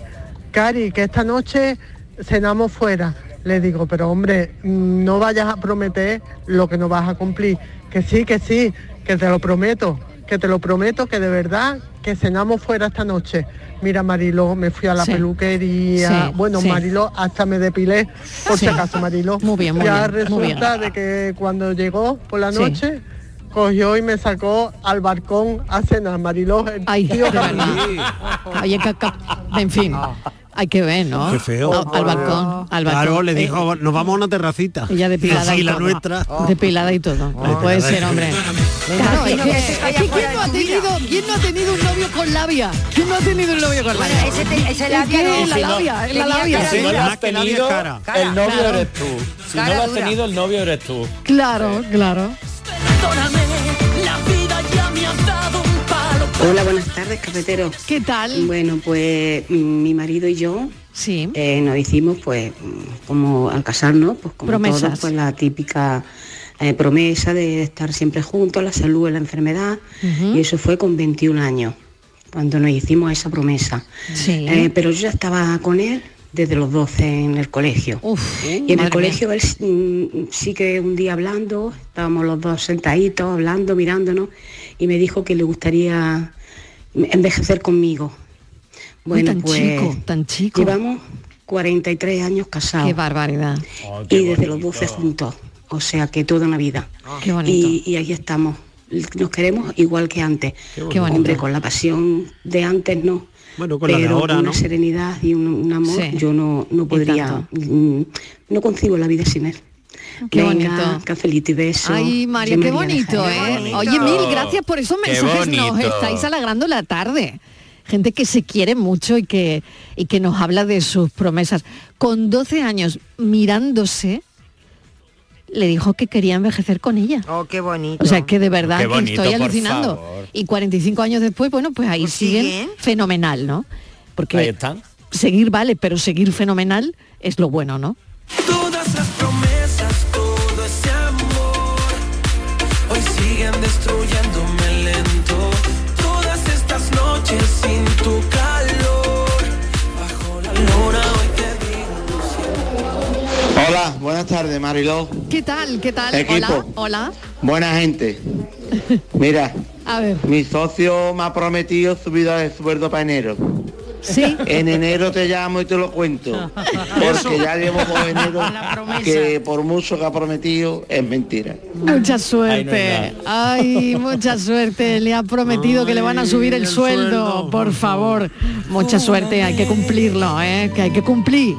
Speaker 24: Cari, que esta noche cenamos fuera. Le digo, pero hombre, mm, no vayas a prometer lo que no vas a cumplir. Que sí, que sí, que te lo prometo, que te lo prometo, que de verdad que cenamos fuera esta noche. Mira, Mariló, me fui a la
Speaker 5: Sí.
Speaker 24: peluquería.
Speaker 5: Sí,
Speaker 24: bueno,
Speaker 5: sí.
Speaker 24: Mariló, hasta me depilé, por
Speaker 5: Sí.
Speaker 24: si acaso, Mariló.
Speaker 5: Muy bien, muy
Speaker 24: ya
Speaker 5: bien, muy bien.
Speaker 24: resulta de que cuando llegó por la
Speaker 5: Sí.
Speaker 24: noche, cogió y me sacó al balcón a cenar, Mariló. el
Speaker 5: Ay,
Speaker 24: tío
Speaker 5: de
Speaker 24: Camilo.
Speaker 5: verdad. Oye, ca- ca- en fin, hay que ver, ¿no?
Speaker 6: Qué feo.
Speaker 5: Ah. Al, al balcón, al balcón.
Speaker 6: Claro, le
Speaker 5: Eh,
Speaker 6: dijo, nos vamos a una terracita.
Speaker 5: Ella depilada
Speaker 6: Sí,
Speaker 5: y
Speaker 6: la
Speaker 5: todo. Ah.
Speaker 6: nuestra. Ah.
Speaker 5: Depilada y todo. Puede ser, hombre. Claro, es
Speaker 7: imagino
Speaker 5: que,
Speaker 7: que se calla
Speaker 5: es que ¿quién,
Speaker 7: fuera
Speaker 5: no ha
Speaker 7: de tu vida.
Speaker 5: tenido, ¿quién no ha tenido un novio con labia? ¿Quién no ha tenido un novio con
Speaker 7: Bueno,
Speaker 5: labia?
Speaker 7: ese te- ese
Speaker 5: Es
Speaker 7: labia
Speaker 5: que
Speaker 7: no.
Speaker 5: es la
Speaker 7: Ese no-
Speaker 5: labia, es la
Speaker 7: tenía
Speaker 5: labia.
Speaker 7: cara
Speaker 5: es
Speaker 7: Sí,
Speaker 5: la
Speaker 7: no la
Speaker 5: labia.
Speaker 7: has tenido,
Speaker 5: Cara.
Speaker 8: el novio
Speaker 5: Claro.
Speaker 8: eres tú. Si
Speaker 5: Cara
Speaker 8: no lo has
Speaker 5: dura.
Speaker 8: tenido, el novio eres tú.
Speaker 5: Claro, claro.
Speaker 27: Hola, buenas tardes, cafetero.
Speaker 5: ¿Qué tal?
Speaker 27: Bueno, pues mm, mi marido y yo
Speaker 5: sí.
Speaker 27: nos hicimos, pues, mm, como al casarnos, pues como
Speaker 5: Promesas.
Speaker 27: todos, pues la típica eh, promesa de estar siempre juntos, la salud, la enfermedad,
Speaker 5: Ujú.
Speaker 27: y eso fue con 21 años. cuando nos hicimos esa promesa.
Speaker 5: Sí.
Speaker 27: Eh, pero yo ya estaba con él desde los 12 en el colegio.
Speaker 5: Uf,
Speaker 27: y en el
Speaker 5: madre
Speaker 27: colegio él mm, sí que un día hablando, estábamos los dos sentaditos, hablando, mirándonos, y me dijo que le gustaría envejecer conmigo.
Speaker 5: Uy,
Speaker 27: Bueno,
Speaker 5: tan
Speaker 27: pues
Speaker 5: chico, tan chico.
Speaker 27: llevamos 43 años casados.
Speaker 5: Qué barbaridad.
Speaker 27: y desde los 12 juntos, o sea que toda una vida.
Speaker 5: Ah. Qué bonito.
Speaker 27: Y, y ahí estamos. Nos queremos igual que antes.
Speaker 5: bonito. bonito.
Speaker 27: Hombre, con la pasión de antes no.
Speaker 6: Bueno,
Speaker 5: con la de
Speaker 27: pero
Speaker 5: ahora,
Speaker 27: con una
Speaker 5: ¿no?
Speaker 27: serenidad y un, un amor,
Speaker 5: Sí.
Speaker 27: yo no, no podría, mm, no concibo la vida sin él.
Speaker 5: Qué
Speaker 27: Venga,
Speaker 5: bonito.
Speaker 27: Cafelito y beso.
Speaker 5: Ay, María,
Speaker 27: Yo
Speaker 5: qué
Speaker 27: María de
Speaker 5: bonito,
Speaker 27: Jaén.
Speaker 5: ¿eh? Oye, mil gracias por esos
Speaker 27: Qué
Speaker 5: mensajes. Nos
Speaker 27: bonito.
Speaker 5: estáis alargando la tarde. Gente que se quiere mucho y que, y que nos habla de sus promesas. Con 12 años mirándose, le dijo que quería envejecer con ella.
Speaker 7: Oh, qué bonito.
Speaker 5: O sea, que de verdad
Speaker 7: Qué
Speaker 5: que
Speaker 7: bonito,
Speaker 5: estoy
Speaker 7: por
Speaker 5: alucinando.
Speaker 7: favor.
Speaker 5: Y 45 años después, bueno, pues ahí siguen, fenomenal, ¿no? Porque seguir vale, pero seguir fenomenal es lo bueno, ¿no?
Speaker 23: Todas las promesas, todo ese amor, hoy siguen destruyéndome lento. Todas estas noches sin tu calor, bajo la luna hoy te
Speaker 3: Hola, buenas tardes, Mariló.
Speaker 5: ¿Qué tal? ¿Qué tal?
Speaker 3: Equipo.
Speaker 5: Hola, hola.
Speaker 3: Buena gente. Mira,
Speaker 5: A ver.
Speaker 3: mi socio me ha prometido subida de sueldo para enero. Eh,
Speaker 5: Sí.
Speaker 3: En enero te llamo y te
Speaker 5: [LAUGHS]
Speaker 3: lo cuento. Porque ya llevo por enero que por mucho que ha prometido es mentira.
Speaker 5: Mucha suerte. Ay, [LAUGHS] mucha suerte. Le ha prometido que le van a subir el, sueldo, por favor. Mucha suerte, hay que cumplirlo, ¿eh? Que hay que cumplir.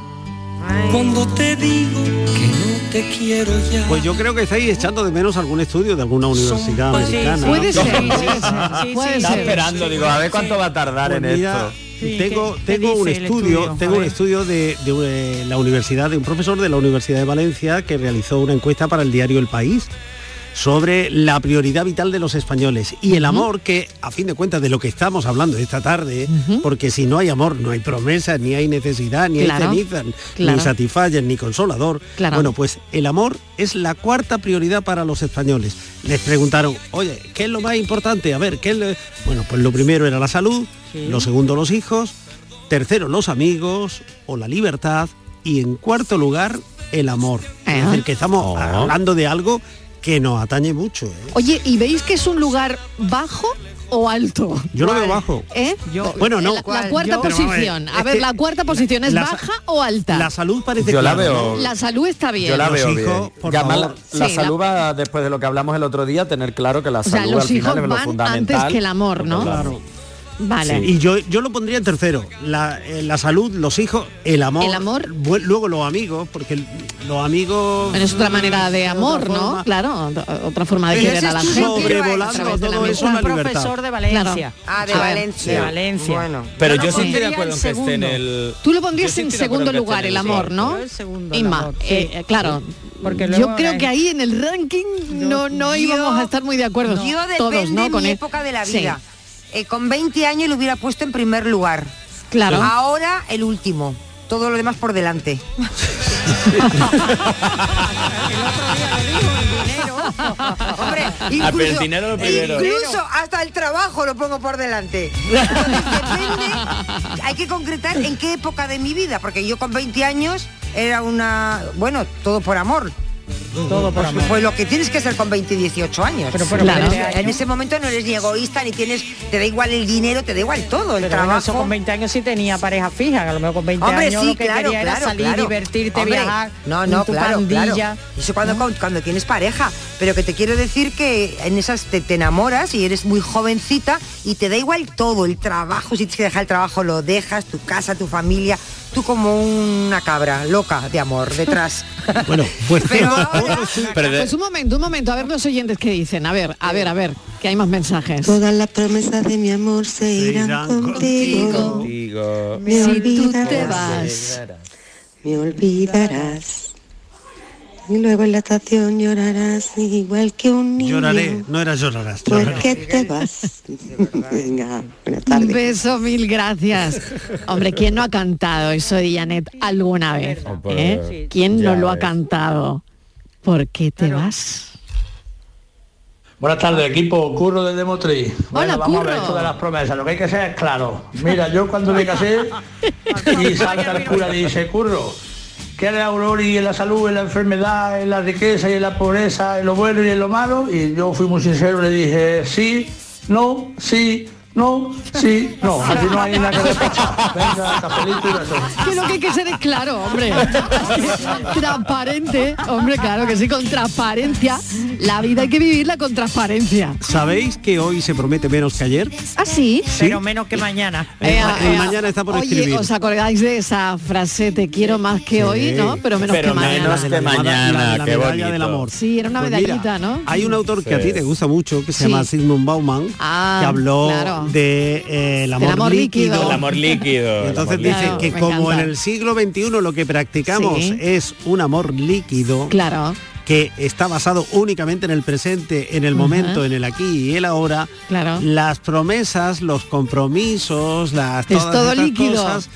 Speaker 22: Cuando te digo que no te quiero ya.
Speaker 6: Pues yo creo que estáis echando de menos algún estudio de alguna universidad
Speaker 22: Pues sí,
Speaker 6: americana.
Speaker 22: sí, Puede sí, ser,
Speaker 5: puede
Speaker 8: Está
Speaker 5: ser.
Speaker 8: esperando, digo, a ver cuánto va a tardar en
Speaker 6: Pues mira,
Speaker 8: esto.
Speaker 6: tengo tengo un estudio, tengo un estudio de, de, eh, la universidad de un profesor de la Universidad de Valencia que realizó una encuesta para el diario El País sobre la prioridad vital de los españoles y el amor que a fin de cuentas de lo que estamos hablando esta tarde porque si no hay amor no hay promesa ni hay necesidad ni
Speaker 5: Claro,
Speaker 6: hay cenizas
Speaker 5: claro.
Speaker 6: ni satisfacer ni consolador
Speaker 5: Claro.
Speaker 6: bueno pues el amor es la cuarta prioridad para los españoles les preguntaron oye qué es lo más importante a ver qué es lo-?" bueno pues lo primero era la salud
Speaker 4: Sí.
Speaker 6: lo segundo los hijos tercero los amigos o la libertad y en cuarto lugar el amor es decir que estamos hablando de algo que nos atañe mucho ¿eh?
Speaker 5: Oye, ¿y veis que es un lugar bajo o alto?
Speaker 6: yo lo veo bajo
Speaker 5: ¿eh?
Speaker 6: bueno no
Speaker 5: La, la
Speaker 6: Pero vamos a
Speaker 5: cuarta
Speaker 6: ver,
Speaker 5: posición. A
Speaker 6: es
Speaker 5: ver,
Speaker 6: que
Speaker 5: la cuarta posición es
Speaker 6: la sa-
Speaker 5: baja o alta.
Speaker 6: la salud parece
Speaker 8: Yo la
Speaker 6: clara, ¿no?
Speaker 8: veo-
Speaker 5: La salud está bien.
Speaker 8: Yo la veo bien.
Speaker 6: por
Speaker 8: Y además, la,
Speaker 6: favor.
Speaker 8: la
Speaker 5: Sí,
Speaker 8: salud va, después de lo que hablamos el otro día, tener claro que la
Speaker 5: O sea,
Speaker 8: salud
Speaker 5: los
Speaker 8: al final
Speaker 5: hijos
Speaker 8: es lo
Speaker 5: van
Speaker 8: fundamental.
Speaker 5: antes que el amor, ¿no?
Speaker 6: Claro.
Speaker 5: Vale.
Speaker 6: Sí, Y yo, yo lo pondría en tercero. La, eh, la salud, los hijos, el amor.
Speaker 5: El amor.
Speaker 6: bu- Luego los amigos, porque el- los amigos...
Speaker 5: Bueno, es otra manera de amor,
Speaker 6: otra
Speaker 5: ¿no?
Speaker 6: forma.
Speaker 5: Claro, ot- otra forma de
Speaker 6: Pero
Speaker 5: querer
Speaker 6: ese
Speaker 5: a la
Speaker 6: estudio
Speaker 5: gente.
Speaker 6: sobrevolando
Speaker 5: a través de la
Speaker 6: todo
Speaker 5: amistad.
Speaker 6: eso a la libertad.
Speaker 11: profesor de Valencia.
Speaker 5: Claro.
Speaker 11: Ah, de
Speaker 5: Ah,
Speaker 11: Valencia.
Speaker 5: sí.
Speaker 11: Valencia. Bueno.
Speaker 8: Pero yo,
Speaker 11: Yo lo
Speaker 8: sí estoy de
Speaker 7: pues,
Speaker 11: pondría
Speaker 8: acuerdo
Speaker 11: en
Speaker 8: en que esté en
Speaker 11: segundo.
Speaker 8: el...
Speaker 5: Tú lo pondrías
Speaker 8: Yo
Speaker 5: en
Speaker 8: sí estoy de
Speaker 5: segundo
Speaker 8: acuerdo en que
Speaker 5: lugar
Speaker 8: esté en
Speaker 5: el
Speaker 8: el
Speaker 5: amor,
Speaker 11: segundo.
Speaker 5: ¿no?
Speaker 11: Yo el segundo,
Speaker 5: Inma,
Speaker 11: el amor, sí.
Speaker 5: eh, eh, claro.
Speaker 11: Porque
Speaker 5: yo
Speaker 11: luego
Speaker 5: creo
Speaker 11: es-
Speaker 5: que ahí en el ranking no, no íbamos a estar muy de acuerdo.
Speaker 7: Yo
Speaker 5: todos,
Speaker 7: depende
Speaker 5: ¿no?
Speaker 7: de
Speaker 5: Con
Speaker 7: mi
Speaker 5: él.
Speaker 7: época de la
Speaker 5: Sí.
Speaker 7: vida. Eh, con 20 años lo hubiera puesto en primer lugar.
Speaker 5: Claro.
Speaker 7: Ahora el último. Todo lo demás por
Speaker 5: [LAUGHS]
Speaker 7: delante. Hombre,
Speaker 8: Ah, pero el dinero lo primero.
Speaker 5: ¿eh?
Speaker 7: incluso hasta el trabajo lo pongo por
Speaker 5: [LAUGHS]
Speaker 7: delante. Entonces, depende, hay que concretar en qué época de mi vida, porque yo con 20 años era una, bueno, todo por amor.
Speaker 11: Todo por amor.
Speaker 7: Pues lo que tienes que ser con 20 y 18 años.
Speaker 11: Pero, pero, Claro.
Speaker 7: O sea, En ese momento no eres ni egoísta, ni tienes, te da igual el dinero, te da igual todo, el
Speaker 11: Pero bueno,
Speaker 7: trabajo.
Speaker 11: eso con 20 años sí tenía pareja fija, a lo mejor con 20
Speaker 7: Hombre,
Speaker 11: años
Speaker 7: sí,
Speaker 11: lo que
Speaker 7: claro,
Speaker 11: quería era
Speaker 7: claro,
Speaker 11: salir,
Speaker 7: claro.
Speaker 11: divertirte,
Speaker 7: Hombre,
Speaker 11: viajar,
Speaker 7: No,
Speaker 11: con
Speaker 7: no,
Speaker 11: tu
Speaker 7: claro,
Speaker 11: pandilla.
Speaker 7: claro. Eso cuando, cuando, tienes pareja. Pero que te quiero decir que en esas te, te enamoras y eres muy jovencita y te da igual todo, el trabajo, si tienes que dejar el trabajo lo dejas, tu casa, tu familia, tú como una cabra loca de amor detrás.
Speaker 6: Bueno, pues [LAUGHS]
Speaker 5: Pues un momento, un momento, a ver los oyentes que dicen. A ver, a ver, a ver, que hay más mensajes.
Speaker 12: Todas las promesas de mi amor se irán, contigo. Me
Speaker 5: Si tú
Speaker 12: olvidarás.
Speaker 5: te vas.
Speaker 12: Me olvidarás. Y luego en la estación llorarás igual que un niño.
Speaker 6: Lloraré, no era llorarás. lloraré.
Speaker 12: Porque te vas. Venga, buenas
Speaker 5: Un
Speaker 12: tardes.
Speaker 5: beso, mil gracias. Hombre, ¿quién no ha cantado eso de Janet alguna vez?
Speaker 11: pues,
Speaker 5: eh?
Speaker 11: sí.
Speaker 5: ¿Quién
Speaker 11: Ya
Speaker 5: no lo ha
Speaker 11: ves.
Speaker 5: cantado? ¿Por qué te vas?
Speaker 4: Buenas tardes, equipo. Curro desde Motriz.
Speaker 5: Hola,
Speaker 4: vamos
Speaker 5: Curro.
Speaker 4: a ver esto de las promesas. Lo que hay que hacer es claro. Mira, yo cuando me casé
Speaker 5: [LAUGHS]
Speaker 4: y salta el cura y dice, Curro, que era aurora y en la salud, en la enfermedad, en la riqueza y en la pobreza, en lo bueno y en lo malo. Y yo fui muy sincero, le dije, sí, no, sí, no, sí, no. Así no hay nada que despachar. Venga, cafelito y besos.
Speaker 5: Que lo que hay que ser es claro, hombre. Transparente, hombre, claro que sí, con transparencia. La vida hay que vivirla con transparencia.
Speaker 6: ¿Sabéis que hoy se promete menos que ayer?
Speaker 5: ¿Ah, sí?
Speaker 11: Pero menos que mañana.
Speaker 6: Eh, ma- eh, mañana está por
Speaker 5: ah, Oye,
Speaker 6: escribir.
Speaker 5: ¿os acordáis de esa frase, te quiero más que hoy, no? Pero menos que mañana.
Speaker 6: La de la llamada- la de la
Speaker 15: qué
Speaker 6: medalla
Speaker 15: bonito.
Speaker 6: del amor.
Speaker 5: Sí, era una
Speaker 6: Pues
Speaker 5: medallita,
Speaker 6: mira,
Speaker 5: ¿no?
Speaker 6: Hay un autor que a
Speaker 15: Sí.
Speaker 6: ti te gusta mucho, que se
Speaker 5: Sí.
Speaker 6: llama Sigmund Bauman,
Speaker 5: Ah,
Speaker 6: que habló
Speaker 5: claro.
Speaker 6: de eh, el amor,
Speaker 5: amor líquido.
Speaker 6: líquido.
Speaker 5: Del amor líquido,
Speaker 6: Y Entonces
Speaker 5: el amor
Speaker 6: dice
Speaker 5: líquido.
Speaker 6: que
Speaker 5: Me
Speaker 6: como en
Speaker 5: encanta.
Speaker 6: el siglo XXI lo que practicamos
Speaker 5: Sí.
Speaker 6: es un amor líquido.
Speaker 5: Claro.
Speaker 6: que está basado únicamente en el presente, en el
Speaker 5: Ujú.
Speaker 6: momento, en el aquí y el ahora,
Speaker 5: Claro.
Speaker 6: las promesas, los compromisos, las
Speaker 5: Es
Speaker 6: todas
Speaker 5: todo
Speaker 6: estas
Speaker 5: líquido.
Speaker 6: cosas,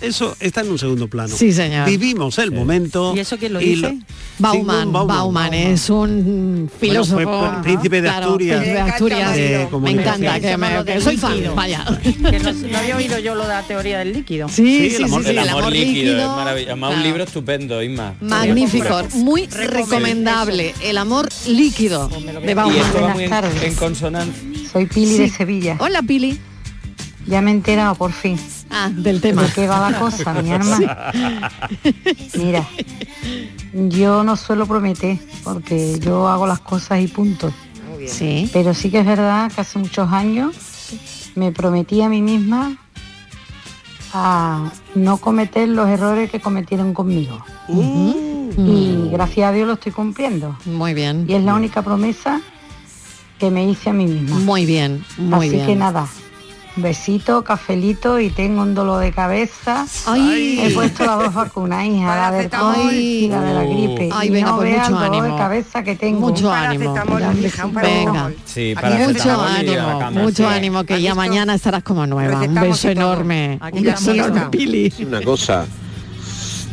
Speaker 6: eso está en un segundo plano.
Speaker 5: Sí, señor.
Speaker 6: Vivimos el momento.
Speaker 5: ¿Y eso quién lo
Speaker 6: lo-
Speaker 5: dice? Bauman,
Speaker 6: Sigmund
Speaker 5: Bauman, es un
Speaker 6: Bueno, fue
Speaker 5: filósofo.
Speaker 6: pr- príncipe de
Speaker 5: Claro,
Speaker 6: Asturias.
Speaker 5: príncipe de
Speaker 6: Me encanta,
Speaker 5: Asturias.
Speaker 6: Marilo. De
Speaker 5: me
Speaker 6: comunicación.
Speaker 5: encanta, que, me-
Speaker 11: Somos
Speaker 5: que
Speaker 11: del
Speaker 5: soy fan,
Speaker 11: líquido.
Speaker 5: vaya.
Speaker 11: Que no, no había oído yo lo de la teoría del líquido.
Speaker 5: Sí, sí, sí, sí,
Speaker 15: el,
Speaker 5: el
Speaker 15: amor
Speaker 5: amor
Speaker 15: líquido,
Speaker 5: líquido.
Speaker 15: es maravilloso. Además, un
Speaker 5: Claro.
Speaker 15: libro estupendo, Isma.
Speaker 5: Magnífico, muy recomendable. El amor líquido de
Speaker 15: Y
Speaker 5: Bauman.
Speaker 15: esto va muy en, en consonancia.
Speaker 16: Soy Pili de
Speaker 5: Sí.
Speaker 16: Sevilla.
Speaker 5: Hola Pili.
Speaker 16: Ya me he enterado por fin.
Speaker 5: Ah, del tema.
Speaker 16: ¿De qué va la cosa, mi hermana? [LAUGHS] Mira, yo no suelo prometer porque yo hago las cosas y punto.
Speaker 5: Sí.
Speaker 16: Pero sí que es verdad que hace muchos años me prometí a mí misma a no cometer los errores que cometieron conmigo. Y gracias a Dios lo estoy cumpliendo.
Speaker 5: Mm. Muy bien.
Speaker 16: Y es la única promesa que me hice a mí misma.
Speaker 5: Muy bien, muy
Speaker 16: Así
Speaker 5: bien.
Speaker 16: que nada, besito, cafelito y tengo un dolor de cabeza.
Speaker 5: Ay.
Speaker 16: He puesto las dos vacunas, hija, la del COVID y la de la gripe.
Speaker 5: Ay,
Speaker 16: Y
Speaker 5: venga,
Speaker 16: no
Speaker 5: pues
Speaker 16: veas
Speaker 5: mucho
Speaker 16: el dolor
Speaker 5: ánimo.
Speaker 16: de cabeza que tengo.
Speaker 5: Mucho ánimo. Venga.
Speaker 15: Sí,
Speaker 5: Aquí
Speaker 15: para
Speaker 5: mucho ánimo, mucho ánimo, que ya mañana estarás como nueva. Un beso enorme. Un beso enorme, Pili.
Speaker 28: Una cosa.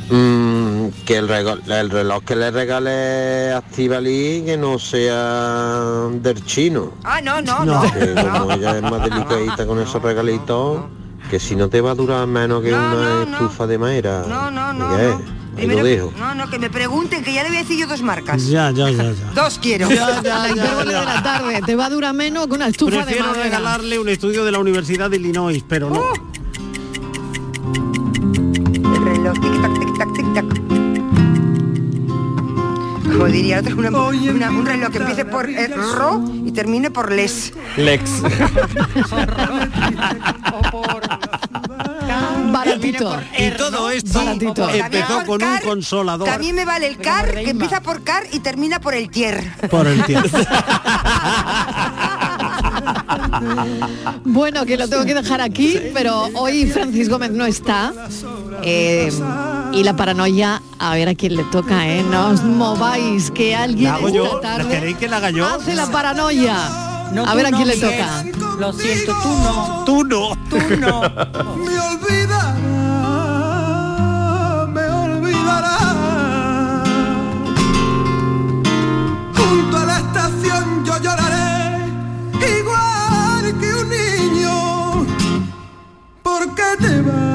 Speaker 28: mm, que el, rego- el reloj que le regale a Estivali que no sea del chino.
Speaker 7: Ah, no, no, no.
Speaker 28: No. Que como ella es más delicadita con esos regalitos, que si no te va a durar menos que una estufa de madera.
Speaker 7: No, no, no,
Speaker 28: Miguel,
Speaker 7: no.
Speaker 28: ahí lo dejo.
Speaker 7: No, no, que me pregunten, que ya le voy a decir yo dos marcas.
Speaker 6: Ya, ya, ya, ya.
Speaker 7: Dos quiero.
Speaker 6: Ya, ya,
Speaker 5: Ay,
Speaker 6: ya,
Speaker 5: qué bueno
Speaker 6: ya.
Speaker 5: de la tarde. Te va a durar menos que una estufa de
Speaker 6: Prefiero
Speaker 5: madera.
Speaker 6: regalarle un estudio de la Universidad de Illinois, pero no.
Speaker 5: Uh,
Speaker 7: El reloj, tic tac, tic tac, tic tac. Como diría otro, una- una- un reloj que empiece por eh, ro y termine por les.
Speaker 15: Lex.
Speaker 5: Baratito.
Speaker 6: Y todo esto empezó con un consolador.
Speaker 7: También me vale el car, que empieza por car y termina por el tier.
Speaker 6: Por el tiempo.
Speaker 5: Bueno, que lo tengo que dejar aquí, pero hoy Francis Gómez no está. eh, y la paranoia, a ver a quién le toca, ¿eh? No os mováis, que alguien
Speaker 6: ¿La hago
Speaker 5: esta
Speaker 6: yo? ¿La
Speaker 5: tarde
Speaker 6: queréis que la haga yo?
Speaker 5: hace la paranoia.
Speaker 6: No,
Speaker 5: a
Speaker 6: tú
Speaker 5: ver a
Speaker 6: no,
Speaker 5: quién le
Speaker 6: Miguel.
Speaker 5: toca.
Speaker 11: Lo siento, tú no.
Speaker 6: Tú no.
Speaker 11: Tú no.
Speaker 6: [LAUGHS]
Speaker 23: Me olvidará, me olvidará. Junto a la estación yo lloraré, igual que un niño, porque te vas.